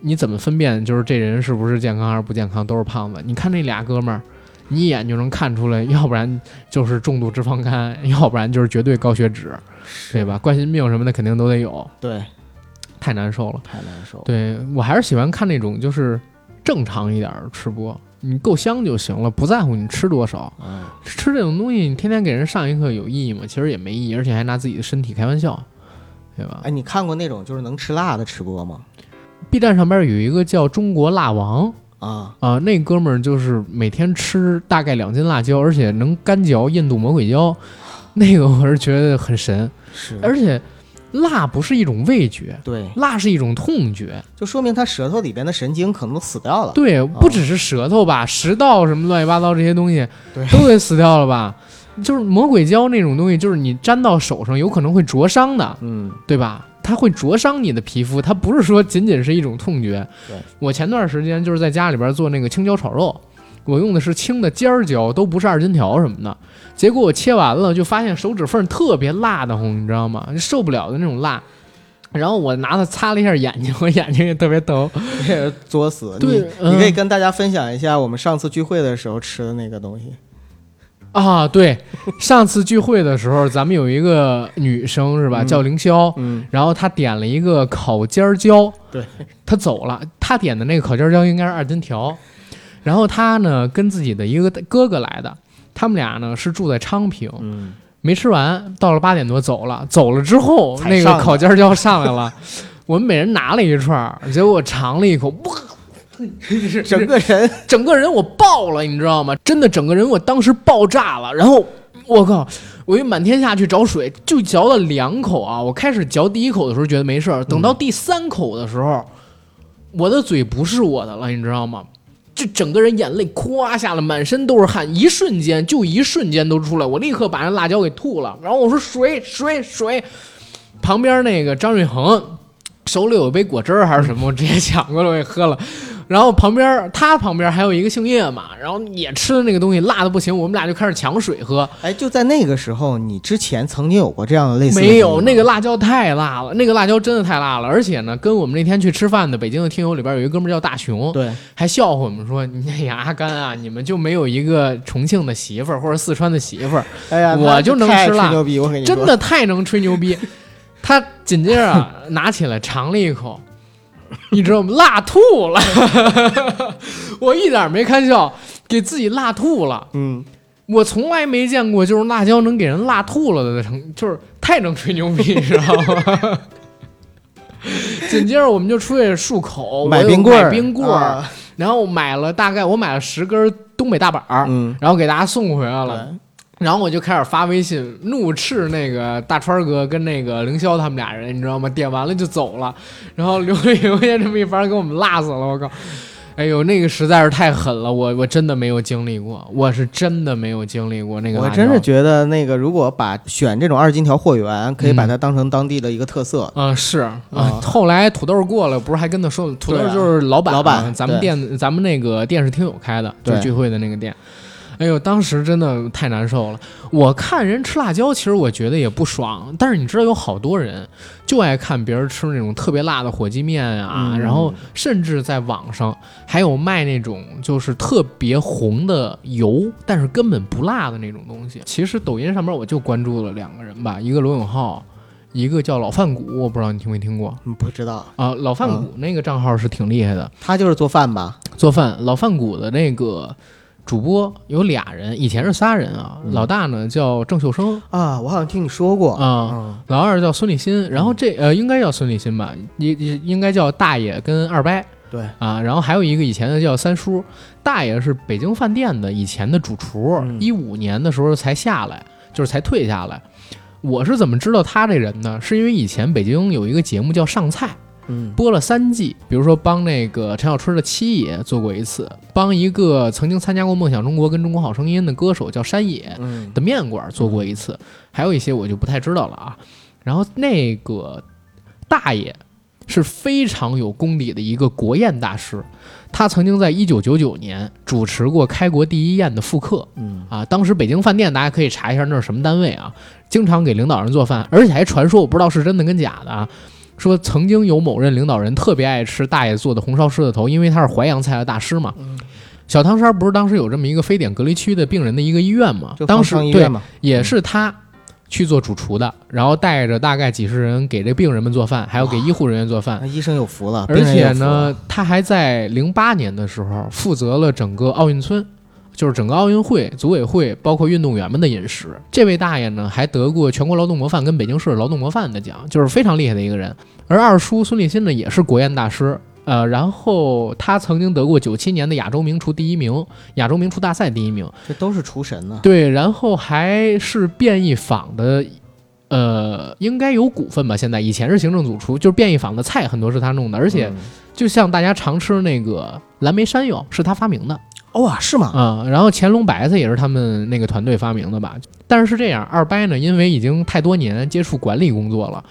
S1: 你怎么分辨就是这人是不是健康还是不健康？都是胖子。你看那俩哥们儿，你一眼就能看出来，要不然就是重度脂肪肝，要不然就是绝对高血脂，对吧？冠心病什么的肯定都得有，
S3: 对，
S1: 太难受了。
S3: 太难受了。
S1: 对我还是喜欢看那种就是正常一点儿的吃播，你够香就行了，不在乎你吃多少。
S3: 嗯，
S1: 吃这种东西，你天天给人上一课有意义吗？其实也没意义，而且还拿自己的身体开玩笑，对吧
S3: 哎，你看过那种就是能吃辣的吃播吗？
S1: ？B 站上边有一个叫“中国辣王”
S3: 啊，
S1: 啊、那哥们儿就是每天吃大概两斤辣椒，而且能干嚼印度魔鬼椒，那个我是觉得很神，
S3: 是
S1: 而且辣不是一种味觉。
S3: 对，
S1: 辣是一种痛觉，
S3: 就说明他舌头里边的神经可能都死掉了。啊
S1: 对，不只是舌头吧，食道什么乱七八糟这些东西
S3: 对嗯
S1: 都给死掉了吧？就是魔鬼椒那种东西，就是你粘到手上有可能会灼伤的，
S3: 嗯， <laughs>
S1: 对吧？它会灼伤你的皮肤，它不是说仅仅是一种痛觉
S3: 对。
S1: 我前段时间就是在家里边做那个青椒炒肉，我用的是青的尖儿椒，都不是二荆条什么的。结果我切完了，就发现手指缝特别辣的红，你知道吗？受不了的那种辣。然后我拿它擦了一下眼睛，我眼睛也特别疼。
S3: 也是作死。
S1: 对
S3: 你，你可以
S1: 嗯
S3: 跟大家分享一下我们上次聚会的时候吃的那个东西。
S1: 啊，对，上次聚会的时候，咱们有一个女生是吧，
S3: 嗯
S1: 叫凌霄，
S3: 嗯，
S1: 然后她点了一个烤尖儿椒，
S3: 对，
S1: 她走了，她点的那个烤尖儿椒应该是二荆条，然后她呢跟自己的一个哥哥来的，他们俩呢是住在昌平，
S3: 嗯，
S1: 没吃完，到了八点多走了，走了之后
S3: 才
S1: 那
S3: 上
S1: 个
S3: 的
S1: 烤尖儿椒上来了， <laughs> 我们每人拿了一串儿，结果我尝了一口，
S3: <laughs>
S1: 哇，
S3: 整个人
S1: 整个人我爆了，你知道吗？真的，整个人我当时爆炸了。然后我靠，我又满天下去找水，就嚼了两口啊。我开始嚼第一口的时候觉得没事儿，等到第三口的时候，我的嘴不是我的了，你知道吗？就整个人眼泪咵下来，满身都是汗，一瞬间就一瞬间都出来，我立刻把那辣椒给吐了。然后我说水水水，旁边那个张瑞恒手里有一杯果汁儿还是什么，我直接抢过来我也喝了。然后旁边儿他旁边儿还有一个姓叶嘛，然后也吃了那个东西，辣的不行，我们俩就开始抢水喝。
S3: 哎，就在那个时候，你之前曾经有过这样的类似的
S1: 没有
S3: 经历吗
S1: 那个辣椒太辣了，那个辣椒真的太辣了，而且呢，跟我们那天去吃饭的北京的听友里边有一个哥们儿叫大熊，
S3: 对
S1: 还笑话我们说：“ <laughs> 你哎呀，阿甘啊，你们就没有一个重庆的媳妇儿或者四川的媳妇儿，
S3: 哎呀，
S1: 我
S3: 他
S1: 就能
S3: 太
S1: 吃辣
S3: 牛逼！我跟你说，
S1: 真的太能吹牛逼。” <laughs> 他紧接着
S3: <laughs>
S1: 啊拿起来尝了一口，你知道吗？辣吐了， <laughs> 我一点儿没开笑，给自己辣吐了。
S3: 嗯，
S1: 我从来没见过，就是 <laughs> 辣椒能给人辣吐了的成，就是太能吹牛逼，你知道吗？ <laughs> 紧接着我们就出去漱口，
S3: 买
S1: 我又
S3: 冰棍
S1: 买
S3: 儿，
S1: 冰棍儿，
S3: 啊
S1: 然后买了大概我买了十根东北大板儿，
S3: 嗯，
S1: 然后给大家送回来啊了。
S3: 对
S1: 然后我就开始发微信怒斥那个大川哥跟那个凌霄他们俩人，你知道吗？点完了就走了，然后留了留言这么一番儿给我们辣死了，我靠！ <laughs> 哎呦，那个实在是太狠了，我我真的没有经历过，我是真的没有经历过那个
S3: 我
S1: 辣椒。
S3: 真是觉得那个，如果把选这种二荆条货源，可以把它当成当地的一个特色。
S1: 嗯，是啊、
S3: 啊
S1: 后来土豆过来，不是还跟他说，土豆
S3: 对啊
S1: 就是老板嘛，
S3: 老板
S1: 咱们
S3: 对
S1: 店，咱们那个店是听友开的，就
S3: 对
S1: 聚会的那个店。哎呦，当时真的太难受了。我看人吃辣椒，其实我觉得也不爽，但是你知道有好多人就爱看别人吃那种特别辣的火鸡面啊，
S3: 嗯
S1: 然后甚至在网上还有卖那种就是特别红的油，但是根本不辣的那种东西。其实抖音上面我就关注了两个人吧，一个罗永浩，一个叫老饭骨，我不知道你听没听过
S3: 嗯，不知道，
S1: 啊？老饭骨那个账号是挺厉害的，
S3: 他就是做饭吧？
S1: 做饭。老饭骨的那个主播有俩人，以前是仨人啊，老大呢叫郑秀生
S3: 啊，我好像听你说过。
S1: 啊。
S3: 嗯，
S1: 老二叫孙立新，然后这呃应该叫孙立新吧，也也应该叫大爷跟二伯，
S3: 对，
S1: 啊，然后还有一个以前的叫三叔，大爷是北京饭店的以前的主厨，
S3: 嗯
S1: 一五、年的时候才下来，就是才退下来。我是怎么知道他这人呢？是因为以前北京有一个节目叫《上菜》，
S3: 嗯
S1: 播了三季，比如说帮那个陈小春的七爷做过一次，帮一个曾经参加过《梦想中国》跟《中国好声音》的歌手叫山野，
S3: 嗯
S1: 的面馆做过一次，还有一些我就不太知道了啊。然后那个大爷是非常有功底的一个国宴大师，他曾经在1999年主持过开国第一宴的复刻
S3: 嗯，
S1: 啊。当时北京饭店大家可以查一下那是什么单位啊，经常给领导人做饭，而且还传说我不知道是真的跟假的啊。说曾经有某任领导人特别爱吃大爷做的红烧狮子头，因为他是淮扬菜的大师嘛。
S3: 嗯
S1: 小汤山不是当时有这么一个非典隔离区的病人的一个医院嘛
S3: 就？
S1: 当
S3: 方
S1: 时
S3: 舱医
S1: 对
S3: 院嘛，嗯
S1: 也是他去做主厨的，然后带着大概几十人给这病人们做饭，还有给医护人员做饭。
S3: 那医生有福了，
S1: 而
S3: 啊病人
S1: 且
S3: 有福了
S1: 呢，，他还在零八年的时候负责了整个奥运村，就是整个奥运会、组委会，包括运动员们的饮食。这位大爷呢，还得过全国劳动模范跟北京市劳动模范的奖，就是非常厉害的一个人。而二叔孙立新呢，也是国宴大师。呃，然后他曾经得过九七年的亚洲名厨第一名，亚洲名厨大赛第一名，
S3: 这都是厨神呢。
S1: 对，然后还是变异坊的，呃，应该有股份吧？现在以前是行政主厨，就是变异坊的菜很多是他弄的，而
S3: 而
S1: 且就像大家常吃那个蓝莓山药是他发明的
S3: 哇，是吗？
S1: 啊、然后乾隆白菜也是他们那个团队发明的吧？但是是这样，二伯呢，因为已经太多年接触管理工作了，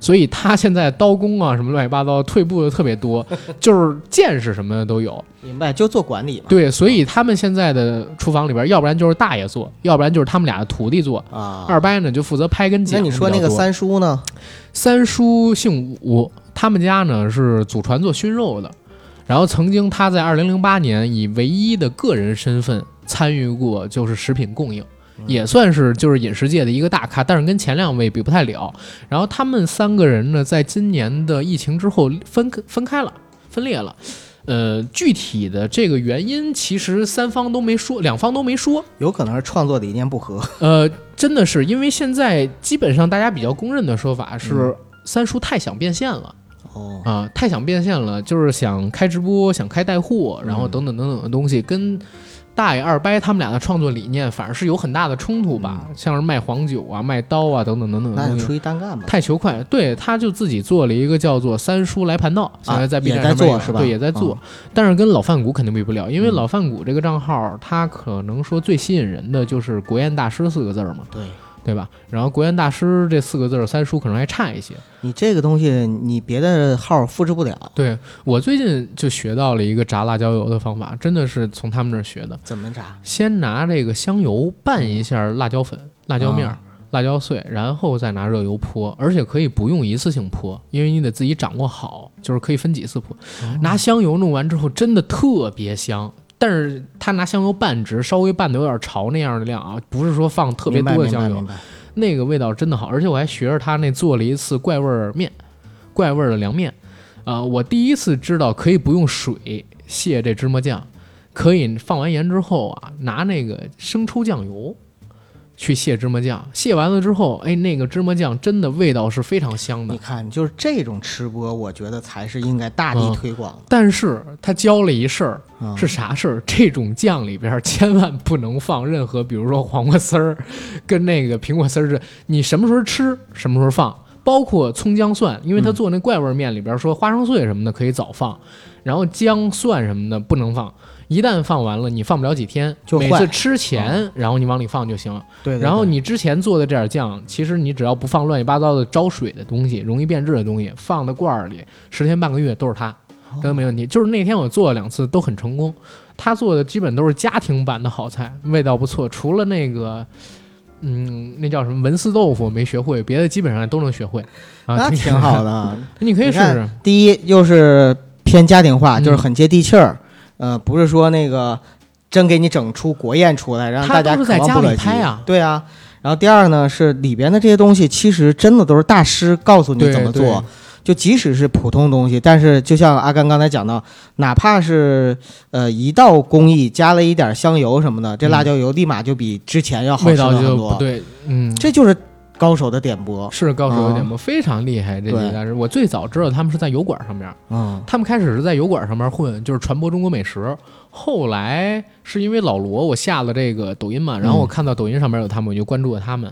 S1: 所以他现在刀工啊什么乱七八糟退步的特别
S3: <laughs>
S1: 多，就是见识什么的都有。
S3: 明白，就做管理嘛。
S1: 对，所
S3: 啊
S1: 以他们现在的厨房里边，要不然就是大爷做，要不然就是他们俩的徒弟做。
S3: 啊，
S1: 二伯呢就负责拍跟剪。
S3: 那你说那个三叔呢？
S1: 三叔姓武，他们家呢是祖传做熏肉的，然后曾经他在2008年以唯一的个人身份参与过就是食品供应。也算是就是饮食界的一个大咖，但是跟前两位比不太了。然后他们三个人呢，在今年的疫情之后分分开了，分裂了。呃，具体的这个原因，其实三方都没说，两方都没说。
S3: 有可能是创作理念不合。
S1: 呃，真的是因为现在基本上大家比较公认的说法是
S3: 嗯
S1: 三叔太想变现了
S3: 哦，
S1: 啊、太想变现了，就是想开直播、想开带货，
S3: 嗯
S1: 然后等等等等的东西，跟大爷二伯他们俩的创作理念反而是有很大的冲突吧，像是卖黄酒啊、卖刀啊等等等等的
S3: <laughs> 嗯那
S1: 东
S3: 就
S1: 西。
S3: 出去单干吧。
S1: 太求快，对，他就自己做了一个叫做“三叔来盘道”，现在在 B
S3: 啊也
S1: 站
S3: 在
S1: 上面
S3: 做
S1: 有
S3: 是吧嗯
S1: 对，也在做，但是跟老饭骨肯定比不了，因为老饭骨这个账号，它可能说最吸引人的就是“国宴大师”四个字儿嘛，
S3: 对
S1: 对吧？然后“国宴大师”这四个字儿，三叔可能还差一些。
S3: 你这个东西，你别的号复制不了。
S1: 对我最近就学到了一个炸辣椒油的方法，真的是从他们那儿学的。
S3: 怎么炸？
S1: 先拿这个香油拌一下辣椒粉、辣椒面儿、
S3: 啊
S1: 辣椒碎，然后再拿热油泼，而且可以不用一次性泼，因为你得自己掌握好，就是可以分几次泼。
S3: 哦
S1: 拿香油弄完之后，真的特别香。但是他拿香油拌直，稍微拌的有点潮那样的量啊，不是说放特别
S3: 明白
S1: 多的香油
S3: 明，白明白
S1: 那个味道真的好，而且我还学着他那做了一次怪味儿面，怪味儿的凉面。啊、我第一次知道可以不用水卸这芝麻酱，可以放完盐之后啊，拿那个生抽酱油去卸芝麻酱，卸完了之后，哎，那个芝麻酱真的味道是非常香的
S3: 你。看，就是这种吃播，我觉得才是应该大力
S1: 嗯
S3: 推广的。
S1: 但是他教了一事儿，
S3: 嗯
S1: 是啥事儿？这种酱里边儿千万不能放任何，比如说黄瓜丝儿， <laughs> 跟那个苹果丝儿是，你什么时候吃，什么时候放，包括葱姜蒜，因为
S3: 嗯
S1: 他做那怪味儿面里边儿说花生碎什么的可以早放，然后姜蒜什么的不能放，一旦放完了你放不了几天，
S3: 就
S1: 每
S3: 坏嗯
S1: 次吃前，然后你往里放就行了。
S3: 对对
S1: 然后
S3: 对
S1: 你之前做的这点酱，其实你只要不放乱七八糟的招水的东西、容易变质的东西，放到罐儿里，十天半个月都是
S3: 哦
S1: 它，都没问题。就是那天我做了两次都很成功，他做的基本都是家庭版的好菜，味道不错。除了那个，嗯，那叫什么文思豆腐没学会，别的基本上都能学会。啊，
S3: 那挺好，的。
S1: 你可以
S3: 你
S1: 试试
S3: 看。，第一又是偏家庭化，
S1: 嗯
S3: 就是很接地气儿，呃，不是说那个真给你整出国宴出来，让
S1: 他
S3: 大家
S1: 都是
S3: 渴
S1: 在
S3: 望
S1: 家
S3: 不
S1: 里
S3: 可及
S1: 拍啊
S3: 对啊。然后第二呢，是里边的这些东西，其实真的都是大师告诉你
S1: 对
S3: 怎么
S1: 对
S3: 做。就即使是普通东西，但是就像阿甘刚才讲到，哪怕是呃一道工艺加了一点香油什么的，这
S1: 嗯
S3: 辣椒油立马就比之前要好
S1: 味
S3: 吃了
S1: 道
S3: 很
S1: 就
S3: 多。
S1: 不对，嗯，
S3: 这就是高手的点拨。
S1: 是高手有点
S3: 啊
S1: 不非常厉害。这
S3: 对
S1: 些大师，我最早知道他们是在油管上面。
S3: 嗯，
S1: 他们开始是在油管上面混，就是传播中国美食。后来是因为老罗，我下了这个抖音
S3: 嗯
S1: 嘛，然后我看到抖音上面有他们，我就关注了他们。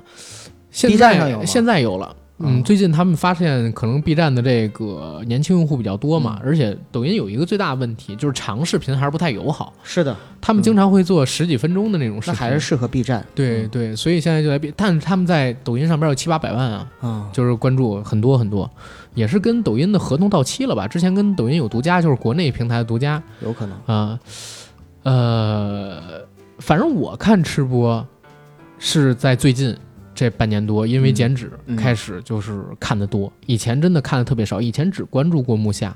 S1: 现
S3: B 站上有吗
S1: 在现在有了，嗯，
S3: 嗯
S1: 最近他们发现可能 B 站的这个年轻用户比较多
S3: 嗯
S1: 嘛，而且抖音有一个最大的问题就是长视频还是不太友好，
S3: 是的，
S1: 他们经常会做十几分钟的那种视
S3: 嗯那
S1: 频，
S3: 还是嗯适合 B 站。
S1: 对对，所以现在就在 B，但是他们在抖音上面有七八百万啊，
S3: 嗯，
S1: 就是关注很多很多，也是跟抖音的合同到期了吧？之前跟抖音有独家，就是国内平台的独家
S3: 有可能。
S1: 啊、呃，反正我看吃播是在最近这半年多，因为
S3: 嗯
S1: 减脂
S3: 嗯
S1: 开始就是看的多，以前真的看的特别少，以前只关注过木下。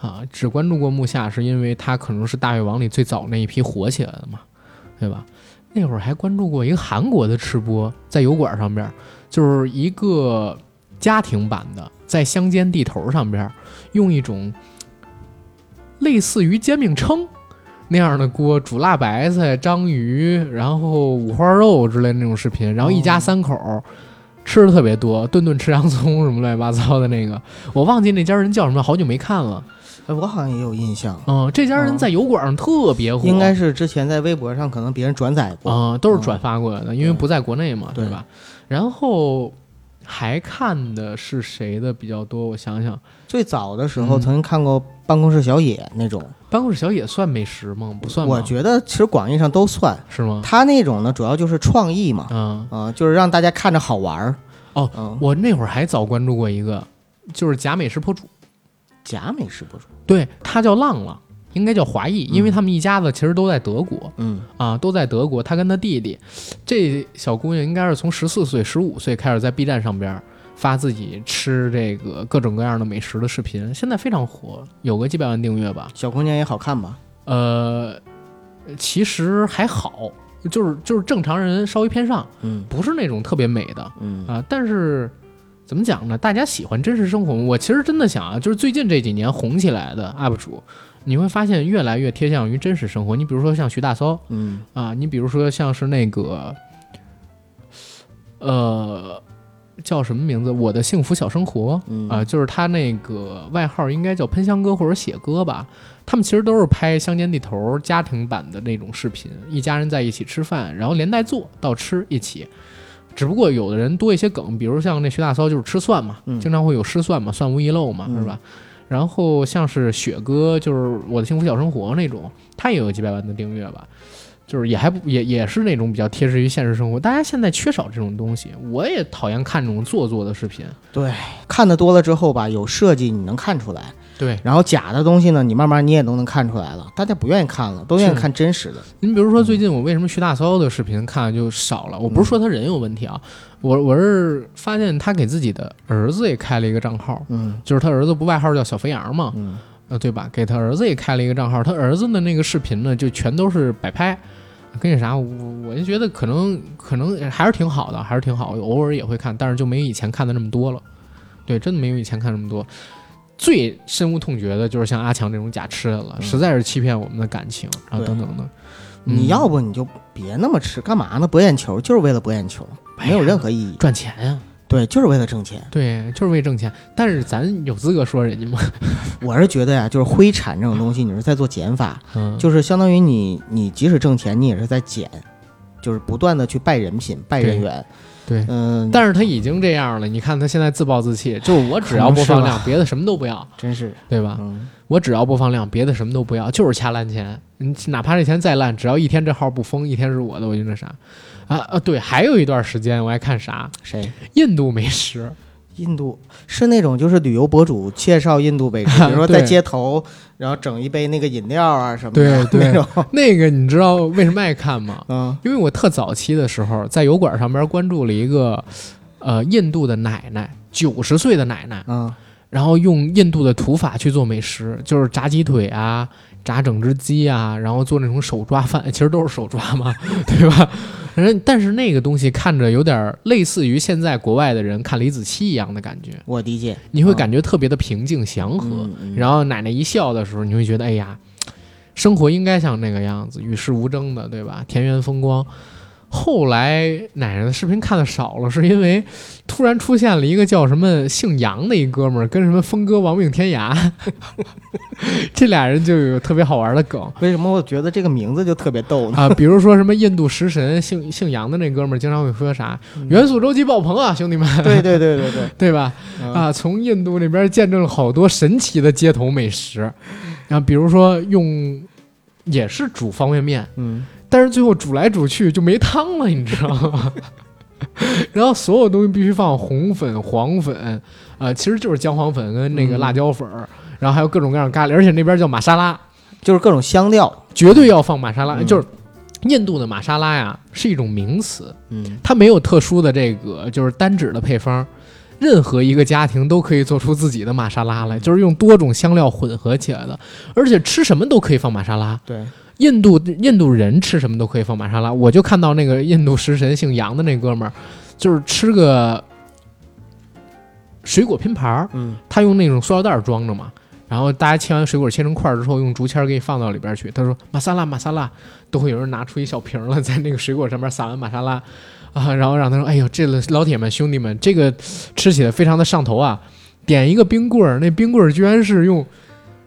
S1: 啊，只关注过木下，是因为他可能是大胃王里最早那一批火起来的嘛，对吧？那会儿还关注过一个韩国的吃播，在油管上边儿，就是一个家庭版的，在乡间地头上边儿，用一种类似于煎饼铛那样的锅煮辣白菜、章鱼，然后五花肉之类的那种视频，然后一家三口儿吃的特别多，顿顿吃洋葱什么乱七八糟的那个，我忘记那家人叫什么，好久没看了。
S3: 哎，我好像也有印象，
S1: 嗯，这家人在油管上特别火，
S3: 哦应该是之前在微博上可能别人转载过。
S1: 啊、都是转发过来的，因为
S3: 对
S1: 不在国内嘛，
S3: 嗯对
S1: 对吧？然后还看的是谁的比较多？我想想，
S3: 最早的时候
S1: 嗯
S3: 曾经看过《办公室小野》那种，
S1: 办公室小野算美食吗？不算吧，
S3: 我觉得其实广义上都算。
S1: 是吗？
S3: 他那种呢，主要就是创意嘛，
S1: 嗯，
S3: 啊、就是让大家看着好玩儿。
S1: 哦
S3: 嗯，
S1: 我那会儿还早关注过一个，就是假美食博主，
S3: 假美食博主，
S1: 对他叫浪浪，应该叫华裔，因为他们一家子其实都在德国。
S3: 嗯，
S1: 啊，都在德国。她跟她弟弟，这小姑娘应该是从十四岁、十五岁开始在 B 站上边儿发自己吃这个各种各样的美食的视频，现在非常火，有个几百万订阅吧。
S3: 小姑娘也好看吧？
S1: 呃，其实还好，就是就是正常人稍微偏上，
S3: 嗯
S1: 不是那种特别美的
S3: 嗯
S1: 啊。但是怎么讲呢？大家喜欢真实生活吗，我其实真的想啊，就是最近这几年红起来的 UP 主。你会发现越来越贴向于真实生活。你比如说像徐大骚，
S3: 嗯，
S1: 啊，你比如说像是那个，呃，叫什么名字？我的幸福小生活
S3: 嗯
S1: 啊，就是他那个外号应该叫喷香哥或者写哥吧。他们其实都是拍乡间地头家庭版的那种视频，一家人在一起吃饭，然后连带做到吃一起。只不过有的人多一些梗，比如像那徐大骚就是吃蒜嘛，
S3: 嗯
S1: 经常会有失蒜嘛，蒜无遗漏嘛，
S3: 嗯
S1: 是吧？然后像是雪哥，就是我的幸福小生活那种，他也有几百万的订阅吧，就是也还不也也是那种比较贴实于现实生活。大家现在缺少这种东西，我也讨厌看这种做作的视频。
S3: 对，看的多了之后吧，有设计你能看出来，
S1: 对，
S3: 然后假的东西呢，你慢慢你也都能看出来了。大家不愿意看了，都愿意
S1: 是
S3: 看真实的。
S1: 您比如说，最近我为什么徐大骚的视频看就少了？我不是说他人有问题啊，我我是发现他给自己的儿子也开了一个账号，
S3: 嗯
S1: 就是他儿子不外号叫小肥羊嘛，
S3: 嗯
S1: 呃，对吧？给他儿子也开了一个账号，他儿子的那个视频呢，就全都是摆拍，跟那啥，我我就觉得可能可能还是挺好的，还是挺好，偶尔也会看，但是就没以前看的那么多了。对，真的没有以前看那么多。最深恶痛绝的就是像阿强这种假吃的了，
S3: 嗯
S1: 实在是欺骗我们的感情啊嗯
S3: 对
S1: 等等的。
S3: 你要不你就别那么吃，干嘛呢？博眼球就是为了博眼球，
S1: 哎呀
S3: 没有任何意义。
S1: 赚钱呀、
S3: 对，就是为了挣钱。
S1: 对，就是为挣钱。但是咱有资格说人家吗？
S3: 我是觉得呀、就是灰产这种东西，你是在做减法，
S1: 嗯，
S3: 就是相当于你你即使挣钱，你也是在减，就是不断的去败人品、败人缘。
S1: <laughs> 对。
S3: 嗯，
S1: 但是他已经这样了，你看他现在自暴自弃，就是我只要播放量，别的什么都不要，
S3: 真是，
S1: 对吧？
S3: 嗯，
S1: 我只要播放量，别的什么都不要，就是掐烂钱。你哪怕这钱再烂，只要一天这号不封，一天是我的，我就那啥。啊啊，对，还有一段时间我爱看啥
S3: 谁？
S1: 印度美食，
S3: 印度是那种就是旅游博主介绍印度 <laughs> 美食，比如说
S1: 对
S3: 在街头，然后整一杯那个饮料啊什么
S1: 对
S3: 的 <laughs>
S1: 对
S3: 那种，
S1: 那个你知道为什么爱看吗？
S3: 嗯
S1: 因为我特早期的时候在油管上边关注了一个，呃，印度的奶奶，九十岁的奶奶，
S3: 嗯
S1: 然后用印度的土法去做美食，就是炸鸡腿啊，炸整只鸡啊，然后做那种手抓饭，其实都是手抓嘛， <laughs> 对吧？反正但是那个东西看着有点类似于现在国外的人看李子柒一样的感觉，
S3: 我理解。
S1: 你会感觉特别的平静祥和。
S3: 嗯嗯
S1: 然后奶奶一笑的时候，你会觉得，哎呀，生活应该像那个样子，与世无争的，对吧？田园风光。后来奶奶的视频看的少了，是因为突然出现了一个叫什么姓杨的一哥们儿，跟什么峰哥亡命天涯， <laughs> 这俩人就有特别好玩的梗
S3: 为什么我觉得这个名字就特别逗 <laughs> 呢？
S1: 啊，比如说什么印度食神姓姓杨的那哥们儿，经常会说啥
S3: 嗯
S1: “元素周期爆棚啊，兄弟们”，
S3: 对对对对对，
S1: 对吧？
S3: 嗯
S1: 啊，从印度那边见证了好多神奇的街头美食，然后比如说用也是煮方便面，
S3: 嗯，
S1: 但是最后煮来煮去就没汤了，你知道吗？ <laughs> 然后所有东西必须放红粉、黄粉，呃，其实就是姜黄粉跟那个
S3: 嗯
S1: 辣椒粉儿，然后还有各种各样的咖喱，而且那边叫玛莎拉，
S3: 就是各种香料，
S1: 绝对要放玛莎拉，
S3: 嗯
S1: 就是印度的玛莎拉呀，是一种名词，
S3: 嗯，
S1: 它没有特殊的这个就是单指的配方，任何一个家庭都可以做出自己的玛莎拉
S3: 嗯
S1: 来，就是用多种香料混合起来的，而且吃什么都可以放玛莎拉。
S3: 对，
S1: 印度印度人吃什么都可以放玛莎拉，我就看到那个印度食神姓杨的那哥们儿，就是吃个水果拼盘儿，
S3: 嗯
S1: 他用那种塑料袋儿装着嘛，然后大家切完水果切成块儿之后，用竹签儿给你放到里边儿去。他说玛莎拉玛莎拉，都会有人拿出一小瓶儿了，在那个水果上面撒完玛莎拉， <laughs> 啊，然后让他说，哎呦，这老铁们兄弟们，这个吃起来非常的上头啊，点一个冰棍儿，那冰棍儿居然是用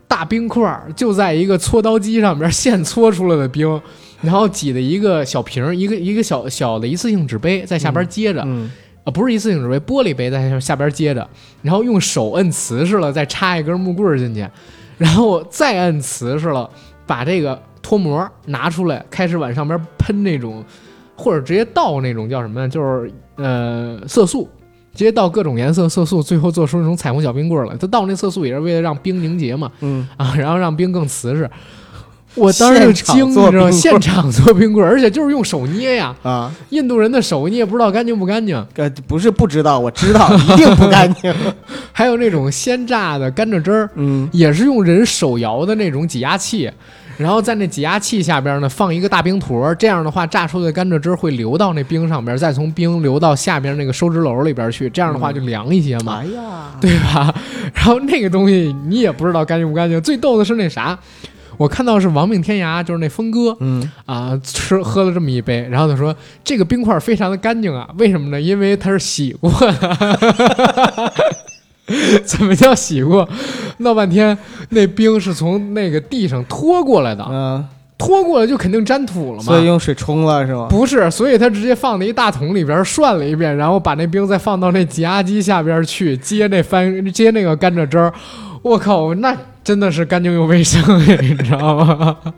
S1: 大冰块儿就在一个搓刀机上面现搓出来的冰。然后挤的一个小瓶儿，一个一个小小的一次性纸杯，在下边儿接着，
S3: 嗯，
S1: 啊，不是一次性纸杯，玻璃杯在下边接着，然后用手摁瓷实了，再插一根木棍儿进去，然后再摁瓷实了，把这个脱模拿出来，开始往上边喷那种，或者直接倒那种叫什么呢？就是呃色素，直接倒各种颜色色素，最后做出那种彩虹小冰棍儿来。它倒那色素也是为了让冰凝结嘛，
S3: 嗯，
S1: 啊，然后让冰更瓷实。我当时就
S3: 现场
S1: 惊，
S3: 做
S1: 你知道吗？
S3: 冰棍儿
S1: 现场做冰棍儿，而且就是用手捏呀。
S3: 啊，
S1: 印度人的手你也不知道干净不干净，
S3: 呃，不是不知道，我知道，一定不干
S1: <laughs>
S3: 净，
S1: 还有那种鲜榨的甘蔗汁儿，
S3: 嗯，
S1: 也是用人手摇的那种挤压器，然后在那挤压器下边呢放一个大冰坨儿，这样的话榨出的甘蔗汁儿会流到那冰上边，再从冰流到下边那个收汁楼里边去，这样的话就凉一些嘛，
S3: 哎呀，
S1: <laughs> 对吧？然后那个东西你也不知道干净不干净，最逗的是那啥。我看到是亡命天涯，就是那峰哥，
S3: 嗯，
S1: 啊，吃喝了这么一杯，然后他说这个冰块非常的干净啊，为什么呢？因为它是洗过。 <laughs> 怎么叫洗过？闹半天，那冰是从那个地上拖过来的，
S3: 嗯，
S1: 拖过来就肯定沾土了
S3: 所以
S1: 嘛。
S3: 用水冲了是吗？
S1: 不是，所以他直接放在一大桶里边涮了一遍，然后把那冰再放到那挤压机下边去接那番 <laughs> 接那个甘蔗汁儿。我靠，那真的是干净又卫生，啊你知道吗？ <laughs>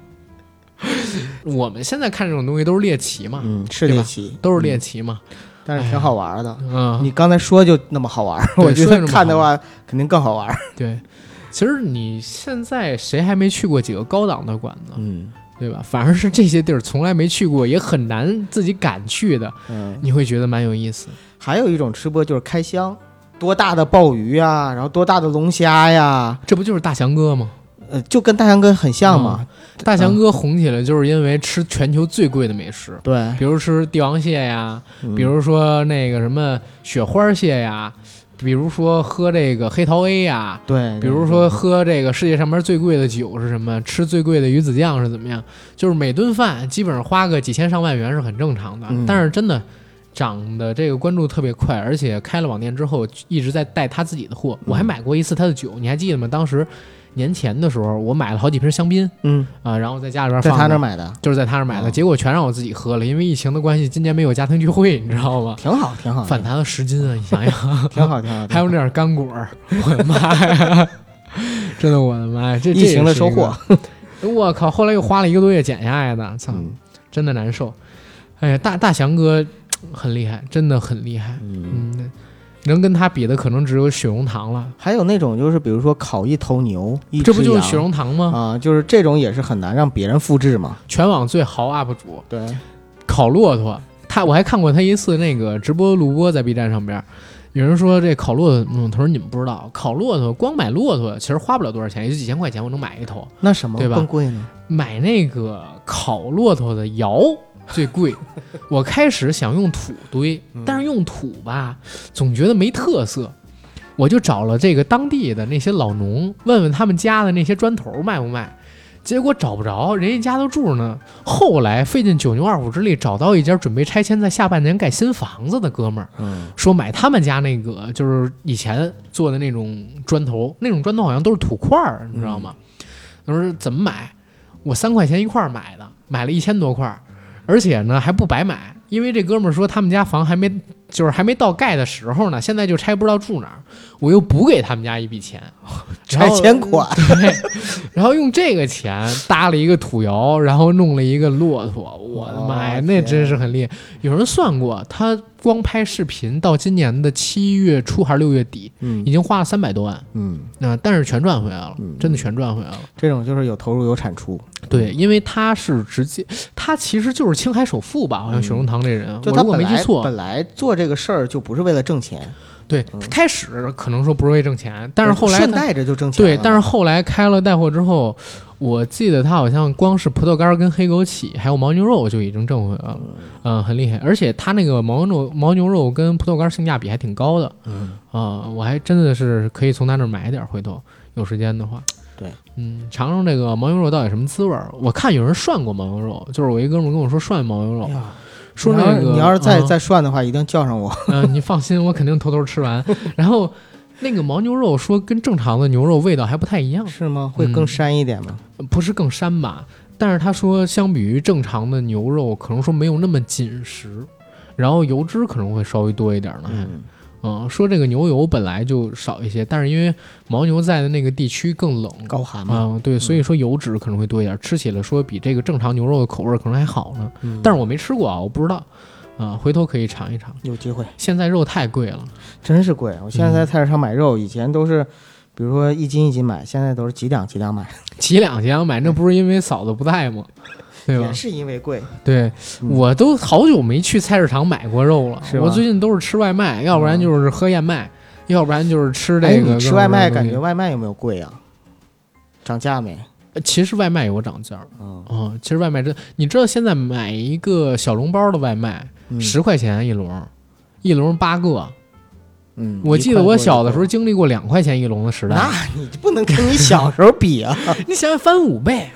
S1: 我们现在看这种东西都是猎奇嘛，
S3: 嗯，是
S1: 对吧
S3: 猎奇，
S1: 都是猎奇嘛，
S3: 但是挺好玩的。
S1: 嗯，
S3: 你刚才说就那么好玩儿，
S1: 对
S3: 我觉
S1: 说就
S3: 得
S1: 那么好玩儿
S3: 看的话肯定更好玩儿。
S1: 对。其实你现在谁还没去过几个高档的馆子，
S3: 嗯
S1: 对吧？反而是这些地儿从来没去过，也很难自己敢去的，
S3: <laughs> 嗯，
S1: 你会觉得蛮有意思。
S3: 还有一种吃播就是开箱，多大的鲍鱼啊，然后多大的龙虾呀，
S1: 这不就是大祥哥吗？
S3: 呃，就跟大象哥很像嘛。
S1: 大祥哥红起来就是因为吃全球最贵的美食，
S3: 对，
S1: 比如吃帝王蟹呀，
S3: 嗯
S1: 比如说那个什么雪花蟹呀，比如说喝这个黑桃 A 呀、
S3: 对，
S1: 比如说喝这个世界上面最贵的酒是什么，吃最贵的鱼子酱是怎么样，就是每顿饭基本上花个几千上万元是很正常的。
S3: 嗯
S1: 但是真的涨的这个关注特别快，而且开了网店之后一直在带他自己的
S3: 嗯
S1: 货。我还买过一次他的酒，你还记得吗？当时年前的时候，我买了好几瓶香槟
S3: 嗯，
S1: 啊、然后在家里边
S3: 在
S1: 放着，
S3: 他那儿买的，
S1: 就是在他那儿买的，
S3: 哦
S1: 结果全让我自己喝了，因为疫情的关系，今年没有家庭聚会，你知道吗？
S3: 挺好，挺好，
S1: 反弹了十斤啊！你想想。
S3: <laughs> 挺好，挺好。
S1: 还有那点干果儿，我的妈呀！ <laughs> 真的，我的妈呀！这这
S3: 疫情的
S1: 也是一
S3: 收
S1: 个
S3: 获，，
S1: 我靠！后来又花了一个多月减下来的，操，
S3: 嗯
S1: 真的难受。哎呀，大大翔哥很厉害，真的很厉害。
S3: 嗯，
S1: 嗯，能跟他比的可能只有雪容堂了。
S3: 还有那种就是比如说烤一头牛，一
S1: 这不
S3: 只
S1: 就是
S3: 羊
S1: 雪容堂吗？
S3: 啊？就是这种也是很难让别人复制嘛。
S1: 全网最豪 UP 主，
S3: 对，
S1: 烤骆驼。他我还看过他一次那个直播录播在 B 站上边儿，有人说这烤骆驼，嗯，他说你们不知道，烤骆驼光买骆驼其实花不了多少钱，也就几千块钱我能买一头。
S3: 那什么
S1: 对吧
S3: 更贵呢？
S1: 买那个烤骆驼的窑最贵。我开始想用土堆，但是用土吧，总觉得没特色。我就找了这个当地的那些老农，问问他们家的那些砖头卖不卖。结果找不着，人家家都住呢。后来费尽九牛二虎之力，找到一家准备拆迁，在下半年盖新房子的哥们儿，
S3: 嗯，
S1: 说买他们家那个，就是以前做的那种砖头，那种砖头好像都是土块儿，你知道吗？
S3: 嗯
S1: 他说怎么买？我三块钱一块儿买的，买了一千多块儿，而且呢还不白买，因为这哥们儿说他们家房还没，就是还没到盖的时候呢，现在就拆不知道住哪儿，我又补给他们家一笔钱，
S3: <laughs> 拆迁
S1: 款。
S3: 款，
S1: 对，然后用这个钱搭了一个土窑，然后弄了一个骆驼，我的妈呀，
S3: 哦
S1: 那
S3: 天
S1: 真是很厉害。有人算过，他光拍视频到今年的七月初还是六月底，
S3: 嗯
S1: 已经花了三百多万，
S3: 嗯，
S1: 那、但是全赚回来了，
S3: 嗯
S1: 真的全赚回来了。
S3: 这种就是有投入有产出，
S1: 对，因为他是直接，他其实就是青海首富吧，好像
S3: 嗯
S1: 许荣堂这人，
S3: 就
S1: 我
S3: 他
S1: 如果
S3: 本
S1: 没记
S3: 来
S1: 错，
S3: 本来做这个事儿就不是为了挣钱，
S1: 对，他开始可能说不是为挣钱，但是后来
S3: 顺
S1: 他
S3: 带着就挣钱了
S1: 对，
S3: 嘛。
S1: 但是后来开了带货之后，我记得他好像光是葡萄干儿跟黑枸杞，还有牦牛肉就已经挣回来了，嗯，很厉害。而且他那个牦牛牦牛肉跟葡萄干儿性价比还挺高的，
S3: 嗯，
S1: 啊、我还真的是可以从他那儿买点，儿，回头有时间的话。
S3: 对，
S1: 嗯，尝尝这个牦牛肉到底什么滋味儿？我看有人涮过牦牛肉，就是我一哥们儿跟我说涮牦牛肉
S3: 哎，呀
S1: 说
S3: 你要
S1: 那
S3: 是
S1: 个
S3: 你要是再
S1: 嗯
S3: 再涮的话，一定叫上我。
S1: <laughs> 嗯、你放心，我肯定偷偷吃完。 <laughs> 然后那个牦牛肉说跟正常的牛肉味道还不太一样，
S3: 是吗？会更
S1: 嗯
S3: 膻一点吗？
S1: 不是更膻吧？但是他说，相比于正常的牛肉，可能说没有那么紧实，然后油脂可能会稍微多一点呢。还
S3: 嗯，
S1: 嗯，说这个牛油本来就少一些，但是因为牦牛在的那个地区更冷，
S3: 高寒嘛。
S1: 嗯，对，所以说油脂可能会多一点，吃起来说比这个正常牛肉的口味儿可能还好呢。
S3: 嗯
S1: 但是我没吃过啊，我不知道，啊、回头可以尝一尝。
S3: 有机会，
S1: 现在肉太贵了，
S3: 真是贵。我现
S1: 嗯
S3: 在在菜市场买肉，以前都是，比如说一斤一斤买，现在都是几两几两买，
S1: 几两几两买，那不是因为嫂子不在吗？对吧
S3: 也？是因为贵。
S1: 对，
S3: 嗯
S1: 我都好久没去菜市场买过肉了。
S3: 是吧嗯
S1: 我最近都是吃外卖，要不然就是喝燕麦，要不然就是吃
S3: 哎，
S1: 这个。
S3: 你吃外卖感觉外卖有没有贵啊？涨价没？
S1: 呃其实外卖有涨价儿，
S3: 嗯，
S1: 嗯，其实外卖真，你知道现在买一个小笼包的外卖
S3: 嗯
S1: 十块钱一笼，一笼八个。
S3: 嗯，
S1: 我
S3: 一
S1: 记
S3: 块
S1: 得我
S3: 多
S1: 小的
S3: 一
S1: 时
S3: 个啊
S1: 候经历过两块钱一笼的时代
S3: 那，你不能跟你小时候比
S1: <laughs>
S3: 啊，
S1: 你想想翻五倍，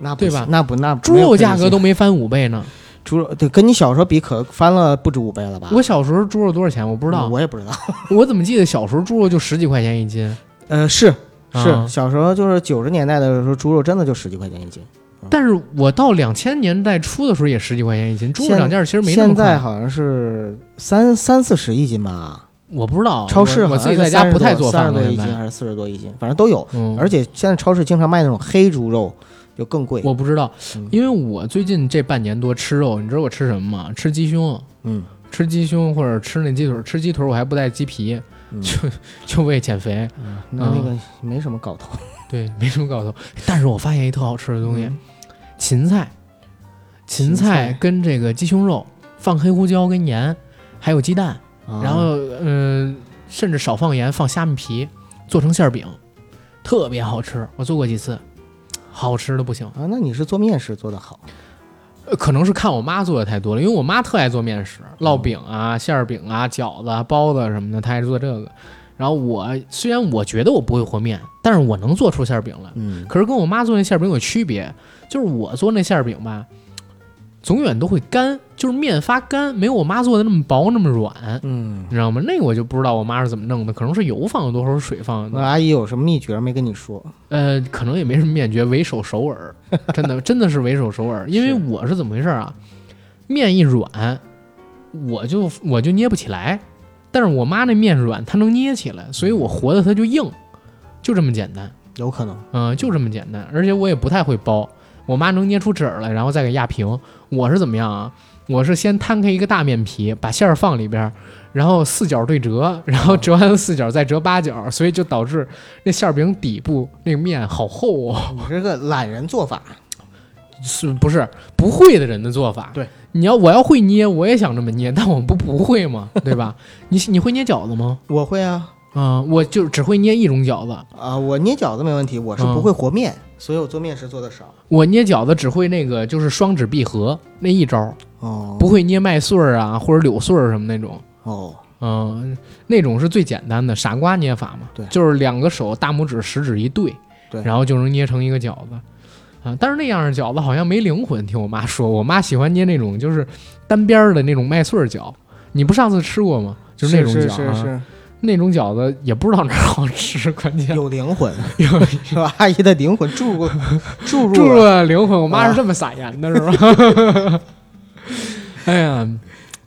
S3: 那不
S1: 对吧
S3: 行那不那
S1: 猪
S3: 没有
S1: 肉
S3: 可
S1: 价
S3: 比
S1: 格
S3: 性
S1: 都没翻五倍呢。
S3: 猪肉对，跟你小时候比可翻了不止五倍了吧？
S1: 我小时候猪肉多少钱我不
S3: 不
S1: 知道，
S3: 啊我也不知道。
S1: 我怎么记得小时候猪肉就十几块钱一斤？
S3: 呃，是
S1: 啊
S3: 是，小时候就是九十年代的时候，猪肉真的就十几块钱一斤。
S1: 但是我到两千年代初的时候也十几块钱一斤，猪肉
S3: 现
S1: 涨价其实没那么
S3: 现在
S1: 快，
S3: 好像是三三四十一斤吧，
S1: 我不知道，
S3: 超市
S1: 哦我
S3: 好
S1: 我
S3: 像
S1: 自己在家不太做
S3: 三十
S1: 饭
S3: 多
S1: 了，
S3: 一
S1: 现
S3: 斤
S1: 在，
S3: 还是四十多一斤，反正都有。
S1: 嗯，
S3: 而且现在超市经常卖那种黑猪肉，就更贵。
S1: 我不知道
S3: 嗯，
S1: 因为我最近这半年多吃肉，你知道我吃什么吗？吃鸡胸，
S3: 嗯，
S1: 吃鸡胸或者吃那鸡腿，吃鸡腿我还不带鸡皮，
S3: 嗯
S1: 就 <laughs> 就为减肥，
S3: 那那
S1: 嗯
S3: 个没什么搞头。
S1: 对，没什么搞头。但是我发现一特好吃的东西，
S3: 嗯
S1: 芹菜，芹
S3: 芹
S1: 菜
S3: 菜
S1: 跟这个鸡胸肉放黑胡椒跟盐，还有鸡蛋。
S3: 啊
S1: 然后嗯、甚至少放盐，放虾米皮，做成馅儿饼，特别好吃。我做过几次，好吃的不行。
S3: 啊，那你是做面食做得好，
S1: 呃可能是看我妈做的太多了，因为我啊妈特爱做面食，烙饼啊、馅儿饼啊、饺子、啊、包子什么的，她爱做这个。然后我虽然我觉得我不会和面，但是我能做出馅儿饼来。
S3: 嗯
S1: 可是跟我妈做那馅儿饼有区别，就是我做那馅儿饼吧，总远都会干，就是面发干，没有我妈做的那么薄那么软，
S3: 嗯，
S1: 你知道吗？那个我就不知道我妈是怎么弄的，可能是油放的多或者水放的
S3: 那
S1: 多，
S3: 阿姨有什么秘诀没跟你说？
S1: 呃，可能也没什么面诀，唯手熟耳， <laughs> 真的真的是唯手熟耳，因为
S3: 是
S1: 我是怎么回事啊？面一软，我就我就捏不起来，但是我妈那面软，她能捏起来，所以我和的它就硬，就这么简单。
S3: 有可能，
S1: 嗯，就这么简单。而且我也不太会包，我妈能捏出褶儿来，然后再给压平。我是怎么样啊？我是先摊开一个大面皮，把馅儿放里边儿，然后四角对折，然后折完了四角再折八角，所以就导致那馅儿饼底部那个面好厚哦。
S3: 你这个懒人做法，
S1: 是不是不会的人的做法？
S3: 对，
S1: 你要我要会捏，我也想这么捏，但我不不会嘛，对 <laughs> 吧？你你会捏饺子吗？
S3: 我会啊
S1: 啊、我就只会捏一种饺子，
S3: 啊，我捏饺子没问题，我
S1: 嗯
S3: 是不会和面，所以我做面食做的少。
S1: 我捏饺子只会那个就是双指闭合那一招。
S3: 哦
S1: 不会捏麦穗儿啊，或者柳穗儿什么那种。
S3: 哦，
S1: 嗯、那种是最简单的傻瓜捏法嘛，
S3: 对
S1: 就是两个手大拇指、食指一对，
S3: 对
S1: 然后就能捏成一个饺子。啊、但是那样的饺子好像没灵魂，听我妈说，我妈喜欢捏那种就是单边儿的那种麦穗儿饺。你不上次吃过吗？就是那种
S3: 是
S1: 饺子，啊
S3: 是是
S1: 那种饺子也不知道哪儿好吃， <laughs> 关键
S3: 是，有灵魂， <laughs> 是吧？阿姨的灵魂注
S1: <laughs>
S3: 入注入
S1: 注入
S3: 了啊
S1: 了灵魂。我妈是这么撒盐的，是吧？ <laughs> 哎呀，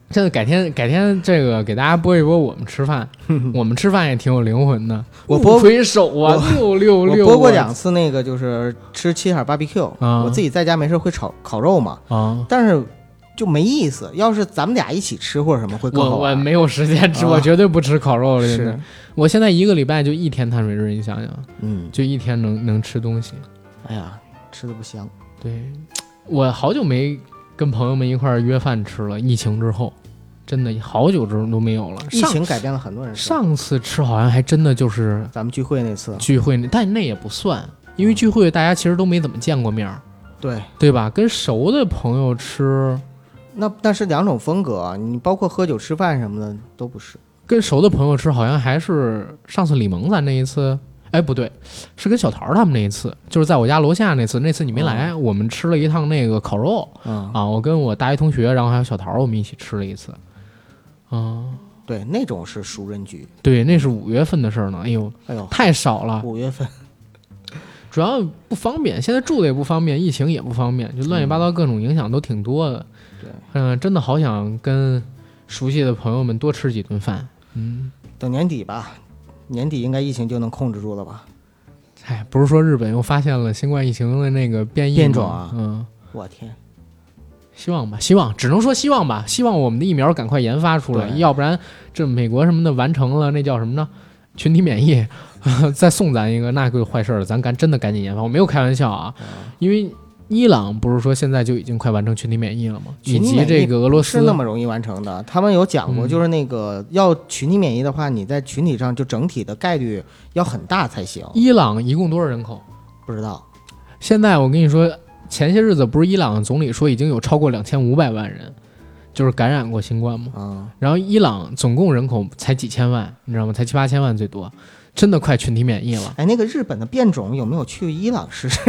S1: 真的，改天改天这个给大家播一播我们吃
S3: <laughs>
S1: 饭，我们吃饭也挺有灵魂的。
S3: 我播
S1: 不回手啊，六六
S3: 我
S1: 六，
S3: 播过两次那个，就是吃七海 BBQ，、
S1: 啊
S3: 我自己在家没事会炒烤肉嘛，
S1: 啊。
S3: 但是就没意思。要是咱们俩一起吃或者什么会更
S1: 我
S3: 好
S1: 我
S3: 玩。
S1: 没有时间吃，
S3: 啊
S1: 我绝对不吃烤肉了。真的
S3: 是，，
S1: 我现在一个礼拜就一天碳水日，你想想，
S3: 嗯，
S1: 就一天能能吃东西。
S3: 哎呀，吃的不香。
S1: 对，我好久没跟朋友们一块儿约饭吃了，疫情之后，真的好久之后都没有了。
S3: 疫
S1: 上
S3: 情改变了很多人生，
S1: 上次吃好像还真的就是
S3: 咱们聚会那次，
S1: 聚会那，但那也不算，因为聚会大家其实都没怎么见过面儿，
S3: 对，
S1: 对吧？跟熟的朋友吃，
S3: 那但是两种风格啊，你包括喝酒、吃饭什么的都不是。
S1: 跟熟的朋友吃，好像还是上次李萌咱那一次，哎，不对，是跟小桃儿他们那一次，就是在我家楼下那次，那次你没来，我们吃了一趟那个烤肉
S3: 嗯，
S1: 啊，我跟我大学同学，然后还有小桃儿，我们一起吃了一次，嗯，
S3: 对，那种是熟人局。
S1: 对，那是五月份的事儿呢，哎呦，
S3: 哎呦，
S1: 太少了，
S3: 五月份，
S1: 主要不方便，现在住的也不方便，疫情也不方便，就乱七八糟各种影响都挺多的。
S3: 嗯对
S1: 嗯、真的好想跟熟悉的朋友们多吃几顿饭。嗯，
S3: 等年底吧，年底应该疫情就能控制住了吧？
S1: 哎，不是说日本又发现了新冠疫情的那个变异吗
S3: 变种啊
S1: 嗯，
S3: 我天，
S1: 希望吧，希望，只能说希望吧，希望我们的疫苗赶快研发出来，
S3: 对
S1: 要不然这美国什么的完成了那叫什么呢？群体免疫， <laughs> 再送咱一个那就坏事儿了，咱赶真的赶紧研发，我没有开玩笑啊，因为伊朗不是说现在就已经快完成群体免疫了吗？以
S3: 群体
S1: 及
S3: 免疫
S1: 这个俄罗斯
S3: 是那么容易完成的。他们有讲过，
S1: 嗯
S3: 就是那个要群体免疫的话，你在群体上就整体的概率要很大才行。
S1: 伊朗一共多少人口？
S3: 不知道，
S1: 现在我跟你说，前些日子不是伊朗总理说已经有超过两千五百万人，就是感染过新冠吗？
S3: 嗯，
S1: 然后伊朗总共人口才几千万，你知道吗？才七八千万最多，真的快群体免疫了。 <laughs>
S3: 哎，那个日本的变种有没有去伊朗试试？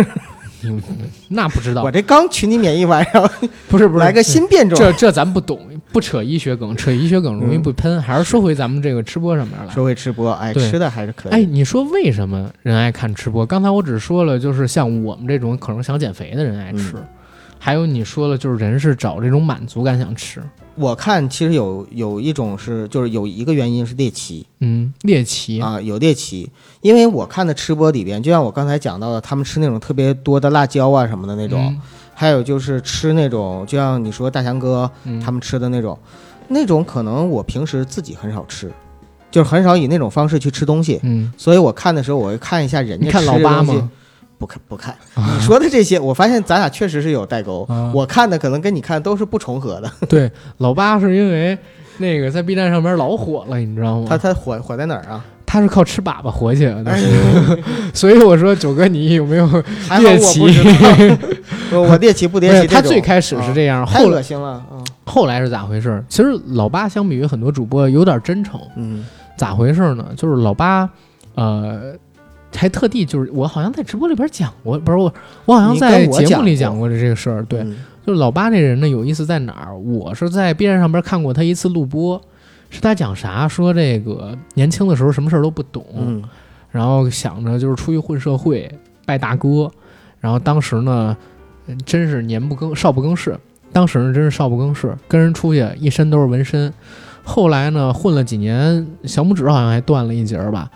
S1: 嗯那不知道
S3: 我，这刚群体免疫完，然后
S1: 不是不是
S3: 来个新变种。
S1: 这这咱不懂，不扯医学梗，扯医学梗容易被喷。还是说回咱们这个吃播上面来。
S3: 嗯说回吃播，哎，
S1: 对
S3: 吃的还是可
S1: 哎，
S3: 以。
S1: 你说为什么人爱看吃播？刚才我只说了，就是像我们这种可能想减肥的人爱吃，
S3: 嗯
S1: 还有你说了，就是人是找这种满足感想吃。
S3: 我看其实有有一种是，就是有一个原因是猎奇
S1: 嗯，猎奇，
S3: 啊，有猎奇，因为我看的吃播里边，就像我刚才讲到的，他们吃那种特别多的辣椒啊什么的
S1: 嗯
S3: 那种，还有就是吃那种，就像你说大强哥
S1: 嗯，嗯
S3: 他们吃的那种，那种可能我平时自己很少吃，就是很少以那种方式去吃东西。
S1: 嗯，
S3: 所以我看的时候，我会看一下人
S1: 你
S3: 家
S1: 看
S3: 吃
S1: 老
S3: 这
S1: 八
S3: 东西
S1: 吗？
S3: 不看不看，你说的这些，我发现咱俩确实是有代沟。 <laughs>
S1: 啊
S3: 我看的可能跟你看的都是不重合的。
S1: <laughs> 对，老八是因为那个在 B 站上面老火了，你知道吗？哎
S3: 他他火火在哪儿啊？
S1: 他是靠吃粑粑火起来 <laughs> 的，所以我说九哥，你有没有
S3: 还好
S1: 猎
S3: 我
S1: 奇
S3: 不知道，
S1: <laughs>
S3: 我我猎奇不猎
S1: 不
S3: 奇
S1: 是
S3: 这
S1: 他
S3: 种？
S1: 最开始是这样，
S3: 啊太
S1: 后
S3: 恶
S1: 来
S3: 心了。嗯
S1: 后来是咋回事？其实老八相比于很多主播有点真诚，
S3: 嗯，
S1: 咋回事呢？就是老八，呃，还特地就是我好像在直播里边讲过，不是我，我好像
S3: 你
S1: 在
S3: 跟我
S1: 节目里
S3: 讲
S1: 讲过这这个事儿。对，
S3: 嗯
S1: 就是老八这人呢，有意思在哪儿？我是在 B 站上边看过他一次录播，是他讲啥？说这个年轻的时候什么事儿都不懂，
S3: 嗯
S1: 然后想着就是出去混社会，拜大哥。然后当时呢，嗯真是年不更少不更事，当时呢真是少不更事，跟人出去一身都是纹身。后来呢，混了几年，小拇指好像还断了一截儿吧。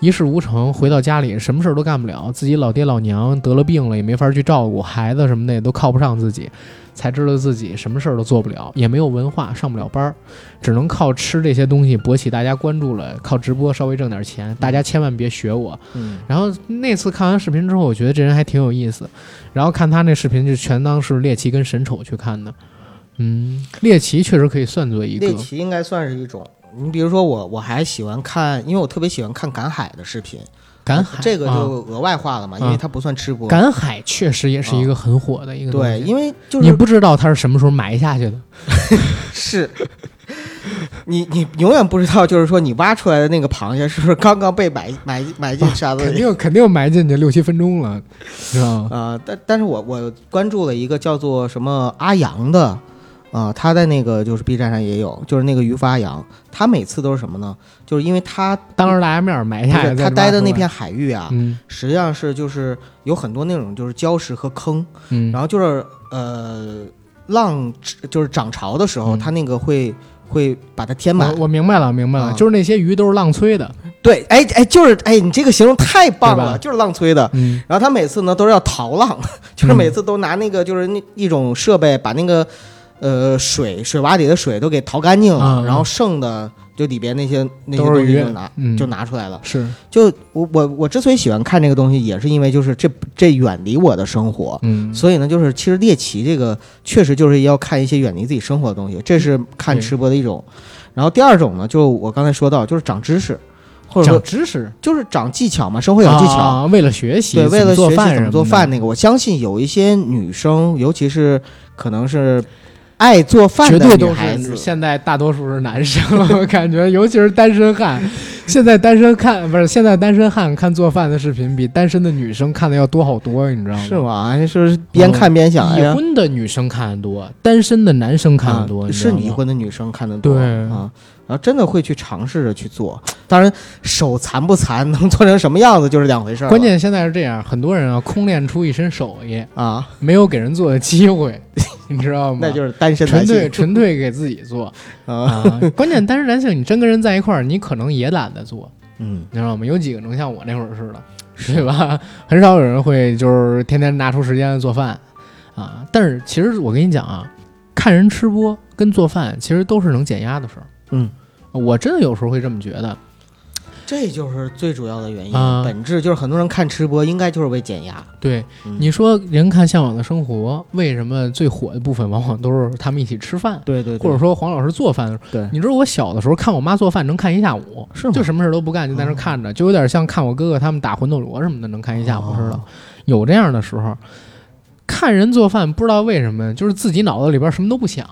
S1: 一事无成，回到家里什么事儿都干不了，自己老爹老娘得了病了也没法去照顾，孩子什么的也都靠不上自己，才知道自己什么事儿都做不了，也没有文化，上不了班儿，只能靠吃这些东西博起大家关注了，靠直播稍微挣点钱。大家千万别学我，
S3: 嗯
S1: 然后那次看完视频之后，我觉得这人还挺有意思。然后看他那视频，就全当是猎奇跟神丑去看的。嗯，猎奇确实可以算作一个
S3: 猎奇应该算是一种。你比如说我，我还喜欢看，因为我特别喜欢看赶海的视频。
S1: 赶海，
S3: 这个就
S1: 啊
S3: 额外化了嘛，因
S1: 啊
S3: 为它不算吃播。
S1: 赶海啊确实也是一个很火的一个东
S3: 对，
S1: 西。
S3: 因为就
S1: 你
S3: 是
S1: 不知道他是什么时候埋下去的。
S3: 是， <laughs> 你你永远不知道，就是说你挖出来的那个螃蟹是不是刚刚被埋埋埋进沙子
S1: 肯
S3: 里
S1: 定肯定埋进去六七分钟了，是
S3: <laughs>
S1: 吧？
S3: 啊、但但是我我关注了一个叫做什么阿阳的，啊、他在那个就是 B 站上也有，就是那个渔夫阿阳，他每次都是什么呢？就是因为他
S1: 当着大家面埋
S3: 不
S1: 下去，
S3: 是
S1: 再挖
S3: 他待的
S1: 出
S3: 那
S1: 来
S3: 片，海域啊，
S1: 嗯
S3: 实际上是就是有很多那种就是礁石和坑，
S1: 嗯，
S3: 然后就是呃浪就是涨潮的时候，
S1: 嗯
S3: 它那个会会把它填满
S1: 我。我明白了，明白了，
S3: 啊
S1: 就是那些鱼都是浪催的，
S3: 对，哎哎，就是哎，你这个形容太棒
S1: 对吧
S3: 了，就是浪催的。
S1: 嗯，
S3: 然后他每次呢都是要逃浪， <laughs> 就是
S1: 嗯
S3: 每次都拿那个就是那一种设备把那个呃水水洼里的水都给淘干净了，
S1: 嗯嗯
S3: 然后剩的就里边那些那些
S1: 都
S3: 东
S1: 是
S3: 西
S1: 鱼
S3: 就拿、
S1: 嗯
S3: 就拿出来了。
S1: 是，
S3: 就我我我之所以喜欢看这个东西，也是因为就是这这远离我的生活，
S1: 嗯，
S3: 所以呢，就是其实猎奇这个确实就是要看一些远离自己生活的东西，这是看
S1: 对
S3: 吃播的一种。然后第二种呢，就我刚才说到，就是长知识，或者
S1: 长
S3: 说
S1: 知识，
S3: 就是长技巧嘛，生活有技巧。
S1: 啊，为了学习，
S3: 对，为了
S1: 做
S3: 学习
S1: 饭
S3: 怎
S1: 什
S3: 么
S1: 么
S3: 做
S1: 的
S3: 饭，那个，我相信有一些女生，尤其是可能是爱做饭
S1: 绝
S3: 的
S1: 对
S3: 女
S1: 都
S3: 孩
S1: 是
S3: 子，
S1: 现在大多数是男生，我 <laughs> 感觉，尤其是单身汉，现在单身看不是现在单身汉看做饭的视频比单身的女生看的要多好多，你知道吗？
S3: 是吗？哎是不是边看边想？哎
S1: 已
S3: 呀，
S1: 婚的女生看的多，单身的男生看的多，
S3: 啊
S1: 你知
S3: 是
S1: 道吗
S3: 离婚的女生看得多
S1: 对
S3: 啊，然后真的会去尝试着去做。当然，手残不残， <laughs> 能做成什么样子就是两回事儿了。
S1: 关键现在是这样，很多人啊空练出一身手艺，
S3: 啊，
S1: 没有给人做的机会， <laughs> 你知道吗？
S3: 那就是单身
S1: 纯
S3: 男性
S1: 粹纯粹给自己做
S3: 啊， <laughs>
S1: 啊！关键单身男性，你真跟人在一块儿，你可能也懒得做，
S3: 嗯，
S1: 你知道吗？有几个能像我那会儿似的，对吧？ <laughs> 很少有人会就是天天拿出时间做饭啊。但是其实我跟你讲啊，看人吃播跟做饭其实都是能减压的事儿。
S3: 嗯，
S1: 我真的有时候会这么觉得。
S3: 这就是最主要的原因，
S1: 啊
S3: 本质就是很多人看吃播应该就是为减压。
S1: 对，
S3: 嗯
S1: 你说人看《向往的生活》，为什么最火的部分往往都是他们一起吃饭，
S3: 对对
S1: 或者说黄老师做饭的时候？
S3: 对
S1: 你知道我小的时候看我妈做饭能看一下午，
S3: 是吗嗯
S1: 就什么事都不干，就在那儿看着，就有点像看我哥哥他们打魂斗罗什么的能看一下午似的
S3: 哦。
S1: 有这样的时候，看人做饭不知道为什么，就是自己脑子里边什么都不想，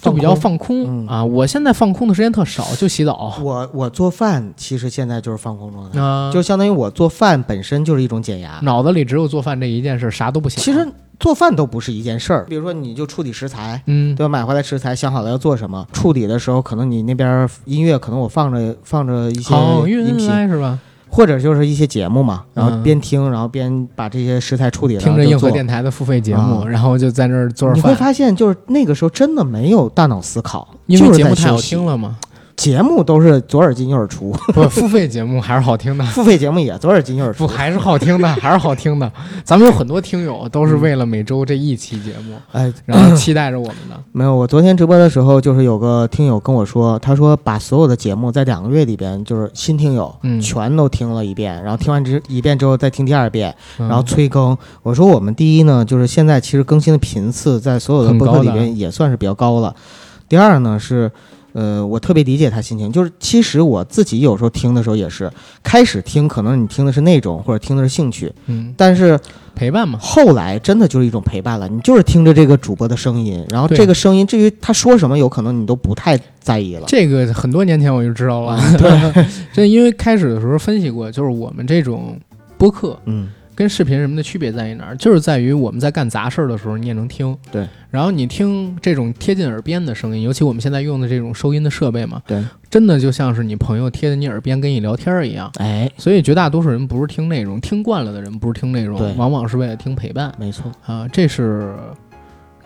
S1: 就比较放空
S3: 嗯
S1: 啊。我现在放空的时间特少，就洗澡
S3: 我我做饭其实现在就是放空状态，
S1: 啊，
S3: 就相当于我做饭本身就是一种减压。
S1: 脑子里只有做饭这一件事，啥都不想。
S3: 其实做饭都不是一件事儿，比如说你就处理食材。
S1: 嗯，
S3: 对吧？买回来食材，想好了要做什么，处理的时候，可能你那边音乐，可能我放着放着一些
S1: 好
S3: 音
S1: 运啊
S3: 频，
S1: 来是吧？
S3: 或者就是一些节目嘛，然后
S1: 嗯
S3: 边听，然后边把这些食材处理，
S1: 听
S3: 然后
S1: 着
S3: 就
S1: 硬核
S3: 做
S1: 电台的付费节目，
S3: 啊
S1: 然后就在那儿做
S3: 你
S1: 着
S3: 会
S1: 饭，
S3: 发现，就是那个时候真的没有大脑思考，
S1: 因
S3: 就
S1: 为
S3: 是
S1: 节目
S3: 在
S1: 太好
S3: 休息
S1: 听了嘛。
S3: 节目都是左耳进右耳出，，
S1: <laughs> 不，付费节目还是好听的
S3: 付费节目也左耳进右耳
S1: 不
S3: 出。
S1: 还是好听的，还是好听的。咱们有很多听友都是为了每周这一期节目，
S3: 哎，
S1: 然后期待着我们的。
S3: 没有，我昨天直播的时候，就是有个听友跟我说，他说把所有的节目在两个月里边，就是新听友、
S1: 嗯
S3: 全都听了一遍，然后听完之一遍之后再听第二遍，
S1: 嗯
S3: 然后催更。我说我们第一呢，就是现在其实更新的频次在所有的播客里
S1: 很高的
S3: 边也算是比较高了。第二呢是，呃，我特别理解他心情。就是其实我自己有时候听的时候也是，开始听可能你听的是那种或者听的是兴趣，
S1: 嗯，
S3: 但是
S1: 陪伴嘛，
S3: 后来真的就是一种陪伴了。你就是听着这个主播的声音，然后
S1: 对
S3: 这个声音至于他说什么，有可能你都不太在意了。
S1: 这个很多年前我就知道了。
S3: 嗯
S1: 对，这因为开始的时候分析过，就是我们这种播客
S3: 嗯，
S1: 跟视频什么的区别在于哪儿？就是在于我们在干杂事儿的时候，你也能听。
S3: 对，
S1: 然后你听这种贴近耳边的声音，尤其我们现在用的这种收音的设备嘛，
S3: 对，
S1: 真的就像是你朋友贴在你耳边跟你聊天儿一样。
S3: 哎，
S1: 所以绝大多数人不是听内容，听惯了的人不是听内
S3: 对
S1: 容，往往是为了听陪伴
S3: 没错，
S1: 啊。这是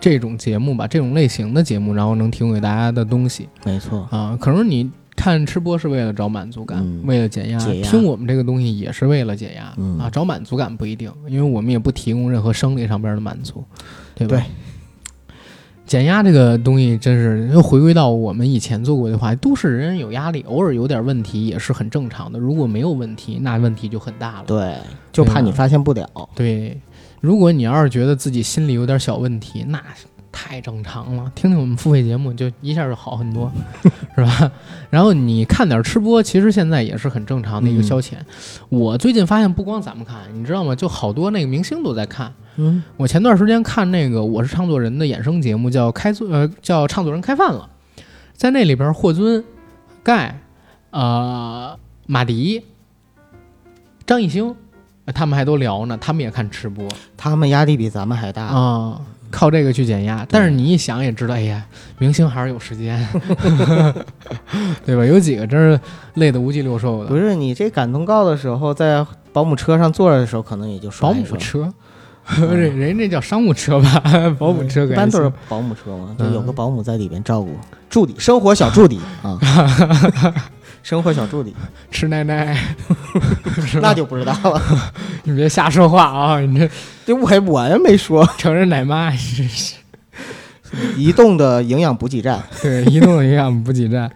S1: 这种节目吧，这种类型的节目，然后能提供给大家的东西。
S3: 没错，
S1: 啊，可能你看吃播是为了找满足感，
S3: 嗯
S1: 为了解压；
S3: 解压
S1: 听我们这个东西也是为了解压、
S3: 嗯
S1: 啊，找满足感不一定，因为我们也不提供任何生理上边的满足，对吧？
S3: 对
S1: 减压这个东西真是又回归到我们以前做过的话，都市人有压力，偶尔有点问题也是很正常的。如果没有问题，那问题就很大了。
S3: 对，就怕你发现不了。
S1: 对，如果你要是觉得自己心里有点小问题，那太正常了，听听我们付费节目就一下就好很
S3: <laughs>
S1: 多，是吧？然后你看点吃播，其实现在也是很正常的一个
S3: 嗯
S1: 消遣。我最近发现，不光咱们看，你知道吗？就好多那个明星都在看。
S3: 嗯，
S1: 我前段时间看那个《我是唱作人》的衍生节目，叫《开作》呃，叫《唱作人开饭了》，在那里边，霍尊、盖、呃、马迪、张艺兴，呃他们还都聊呢，他们也看吃播
S3: 他们压力比咱们还大。
S1: 啊、靠这个去减压。但是你一想也知道，哎呀，明星还是有时
S3: <laughs>
S1: 间，对吧？有几个真是累得无鸡六兽
S3: 不
S1: 的，
S3: 是你这赶通告的时候，在保姆车上坐着的时候，可能也就
S1: 保
S3: 刷一
S1: 姆
S3: 刷
S1: 车。 <laughs> 人人家叫商务车
S3: <laughs>
S1: 吧，保姆车
S3: 嗯一
S1: 感觉
S3: 般都
S1: 行
S3: 是保姆车嘛，就有个
S1: 嗯
S3: 保姆在里边照顾助理，生活小助理
S1: <laughs>
S3: 啊，生活小助理，
S1: 吃奶奶，是吧
S3: 那就不知道了。
S1: 你别瞎说话啊！你这
S3: 这我也我也没说，
S1: 承认奶妈，你这是
S3: 移动的营养补给站，
S1: <laughs> 对移动营养补给站，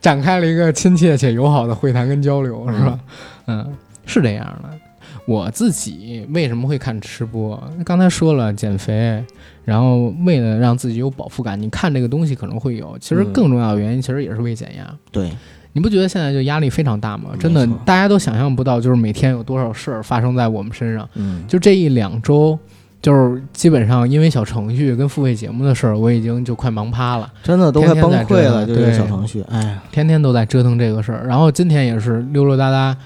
S1: 展开了一个亲切且友好的会谈跟交流，是吧？嗯，是这样的。我自己为什么会看吃播？刚才说了减肥，然后为了让自己有饱腹感，你看这个东西可能会有。其实
S3: 嗯
S1: 更重要的原因，其实也是为减压。
S3: 对，
S1: 你不觉得现在就压力非常大吗？
S3: 没
S1: 真的
S3: 错，
S1: 大家都想象不到，就是每天有多少事儿发生在我们身上。
S3: 嗯，
S1: 就这一两周，就是基本上因为小程序跟付费节目的事儿，我已经就快忙趴了，
S3: 真的都
S1: 天
S3: 快
S1: 天
S3: 崩
S1: 在
S3: 溃
S1: 这
S3: 了，
S1: 个
S3: 就这
S1: 对
S3: 小程序，哎呀，
S1: 天天都在折腾这个事儿。然后今天也是溜溜达达。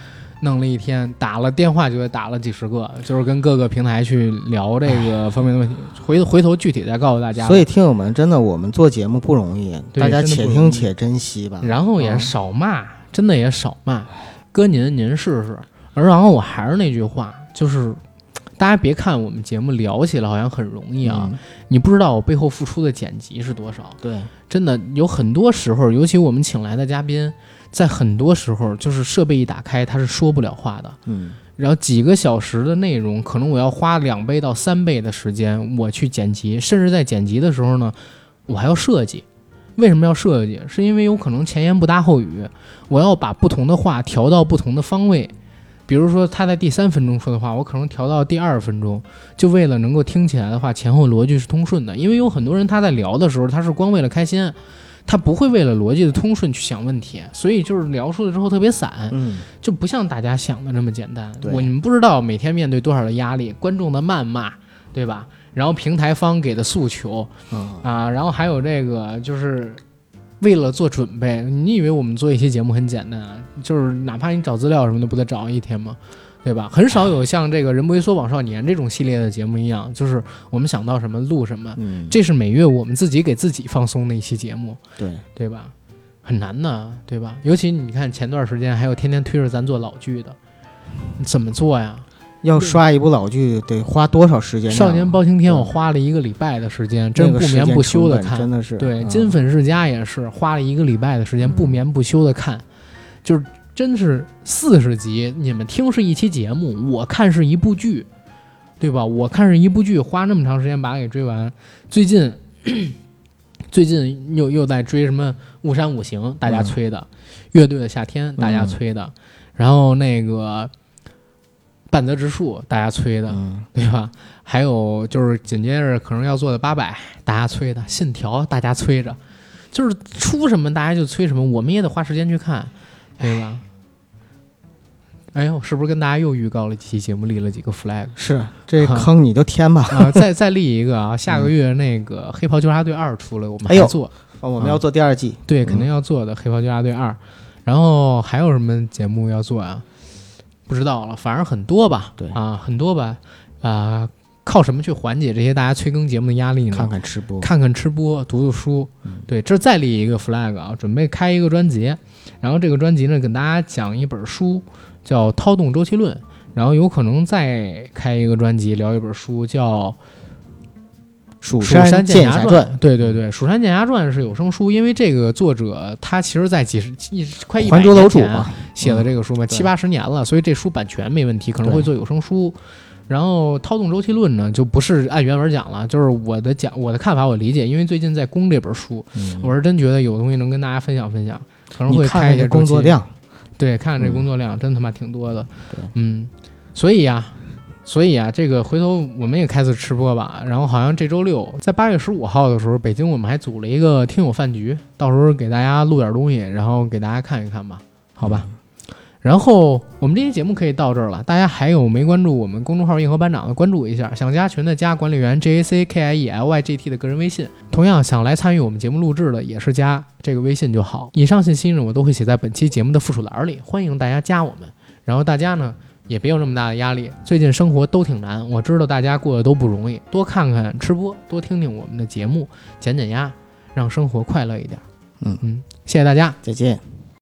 S1: 弄了一天，打了电话就得打了几十个，就是跟各个平台去聊这个方面的问题。回回头具体再告诉大家。
S3: 嗯所以，听友们，真的我们做节目不容易，
S1: 对
S3: 大家
S1: 真的
S3: 且
S1: 不容
S3: 听
S1: 易
S3: 且珍惜吧。
S1: 啊然后也
S3: 嗯
S1: 少骂，真的也少骂。哥您您试试。而然后我还是那句话，就是大家别看我们节目聊起来好像很容易啊，
S3: 嗯
S1: 你不知道我背后付出的剪辑是多少。
S3: 对，
S1: 真的有很多时候，尤其我们请来的嘉宾，在很多时候就是设备一打开，他是说不了话的。
S3: 嗯，
S1: 然后几个小时的内容，可能我要花两倍到三倍的时间我去剪辑，甚至在剪辑的时候呢，我还要设计。为什么要设计？是因为有可能前言不搭后语，我要把不同的话调到不同的方位。比如说他在第三分钟说的话，我可能调到第二分钟，就为了能够听起来的话前后逻辑是通顺的。因为有很多人他在聊的时候，他是光为了开心，他不会为了逻辑的通顺去想问题，所以就是聊出来之后特别散。
S3: 嗯，
S1: 就不像大家想的那么简单。
S3: 对
S1: 我你们不知道每天面对多少的压力，观众的谩骂，对吧？然后平台方给的诉求
S3: 嗯，
S1: 啊，然后还有这个就是为了做准备。你以为我们做一期节目很简单啊？就是哪怕你找资料什么的，不得找一天吗？对吧？很少有像这个“人不为所往少年”这种系列的节目一样，就是我们想到什么录什么。
S3: 嗯，
S1: 这是每月我们自己给自己放松的一期节目。
S3: 对，
S1: 对吧？很难的，对吧？尤其你看前段时间还有天天推着咱做老剧的，你怎么做呀？
S3: 要刷一部老剧得花多少时间
S1: 《
S3: 量啊？
S1: 少年包青天》
S3: 对
S1: 我花了一个礼拜的时间，
S3: 那
S1: 真
S3: 个
S1: 不
S3: 时
S1: 眠
S3: 间
S1: 不休的
S3: 成本
S1: 看
S3: 真。的是
S1: 对，《
S3: 嗯
S1: 金粉世家》也是花了一个礼拜的时间，
S3: 嗯
S1: 不眠不休的看，就是真是四十集，你们听是一期节目，我看是一部剧，对吧？我看是一部剧，花那么长时间把它给追完。最近最近又又在追什么《雾山五行》，大家
S3: 嗯
S1: 催的，乐队的夏天》，大家
S3: 嗯
S1: 催的，然后那个《半泽直树》，大家催的，
S3: 嗯，
S1: 对吧？还有就是紧接着可能要做的八百，大家催的；信条，大家催着。就是出什么大家就催什么，我们也得花时间去看，对吧？哎呦，是不是跟大家又预告了几期节目立了几个 flag
S3: 是这
S1: 哈
S3: 坑你就填吧。
S1: 啊？再再立一个啊！下个月那个《黑袍纠察队二》出来，我们
S3: 嗯哎
S1: 还
S3: 呦
S1: 做，
S3: <laughs> 哦我们要做第二季，
S1: 对，肯定要做的《黑袍纠察队
S3: 嗯
S1: 二》。然后还有什么节目要做啊？不知道了，反正很多吧，
S3: 对
S1: 啊，很多吧，啊，靠什么去缓解这些大家催更节目的压力呢？
S3: 看看吃播。嗯
S1: 看看吃播，读读书，对，这再立一个 flag 啊，准备开一个专辑，然后这个专辑呢，给大家讲一本书，叫《涛动周期论》，然后有可能再开一个专辑聊一本书，叫
S3: 蜀
S1: 《
S3: 山
S1: 剑
S3: 侠
S1: 侠传》。对对对，《蜀山剑侠传》是有声书，因为这个作者他其实在几十一快一百
S3: 还珠
S1: 年
S3: 楼主
S1: 前
S3: 嘛，
S1: 写的这个书嘛，
S3: 嗯对
S1: 七八十年了，所以这书版权没问题，可能会做有声书。然后《涛动周期论》呢，就不是按原文讲了，就是我的讲我的看法，我理解，因为最近在攻这本书，
S3: 嗯
S1: 我是真觉得有东西能跟大家分享分享，可能
S3: 你
S1: 会
S3: 看
S1: 开
S3: 看
S1: 一些
S3: 这工作，量，嗯
S1: 对，看看这工作量，真他妈挺多的，嗯，所以呀、所以啊，这个回头我们也开始吃播吧。然后好像这周六，在八月十五号的时候，北京我们还组了一个听友饭局，到时候给大家录点东西，然后给大家看一看吧，好吧。然后我们这期节目可以到这儿了，大家还有没关注我们公众号“硬核班长”的，关注一下。想加群的加管理员 J A C K I E L Y G T 的个人微信。同样想来参与我们节目录制的，也是加这个微信就好。以上信息呢，我都会写在本期节目的附属栏里，欢迎大家加我们。然后大家呢，也别有那么大的压力。最近生活都挺难，我知道大家过得都不容易，多看看吃播，多听听我们的节目，减减压，让生活快乐一点。
S3: 嗯
S1: 嗯，谢谢大家，
S3: 再见。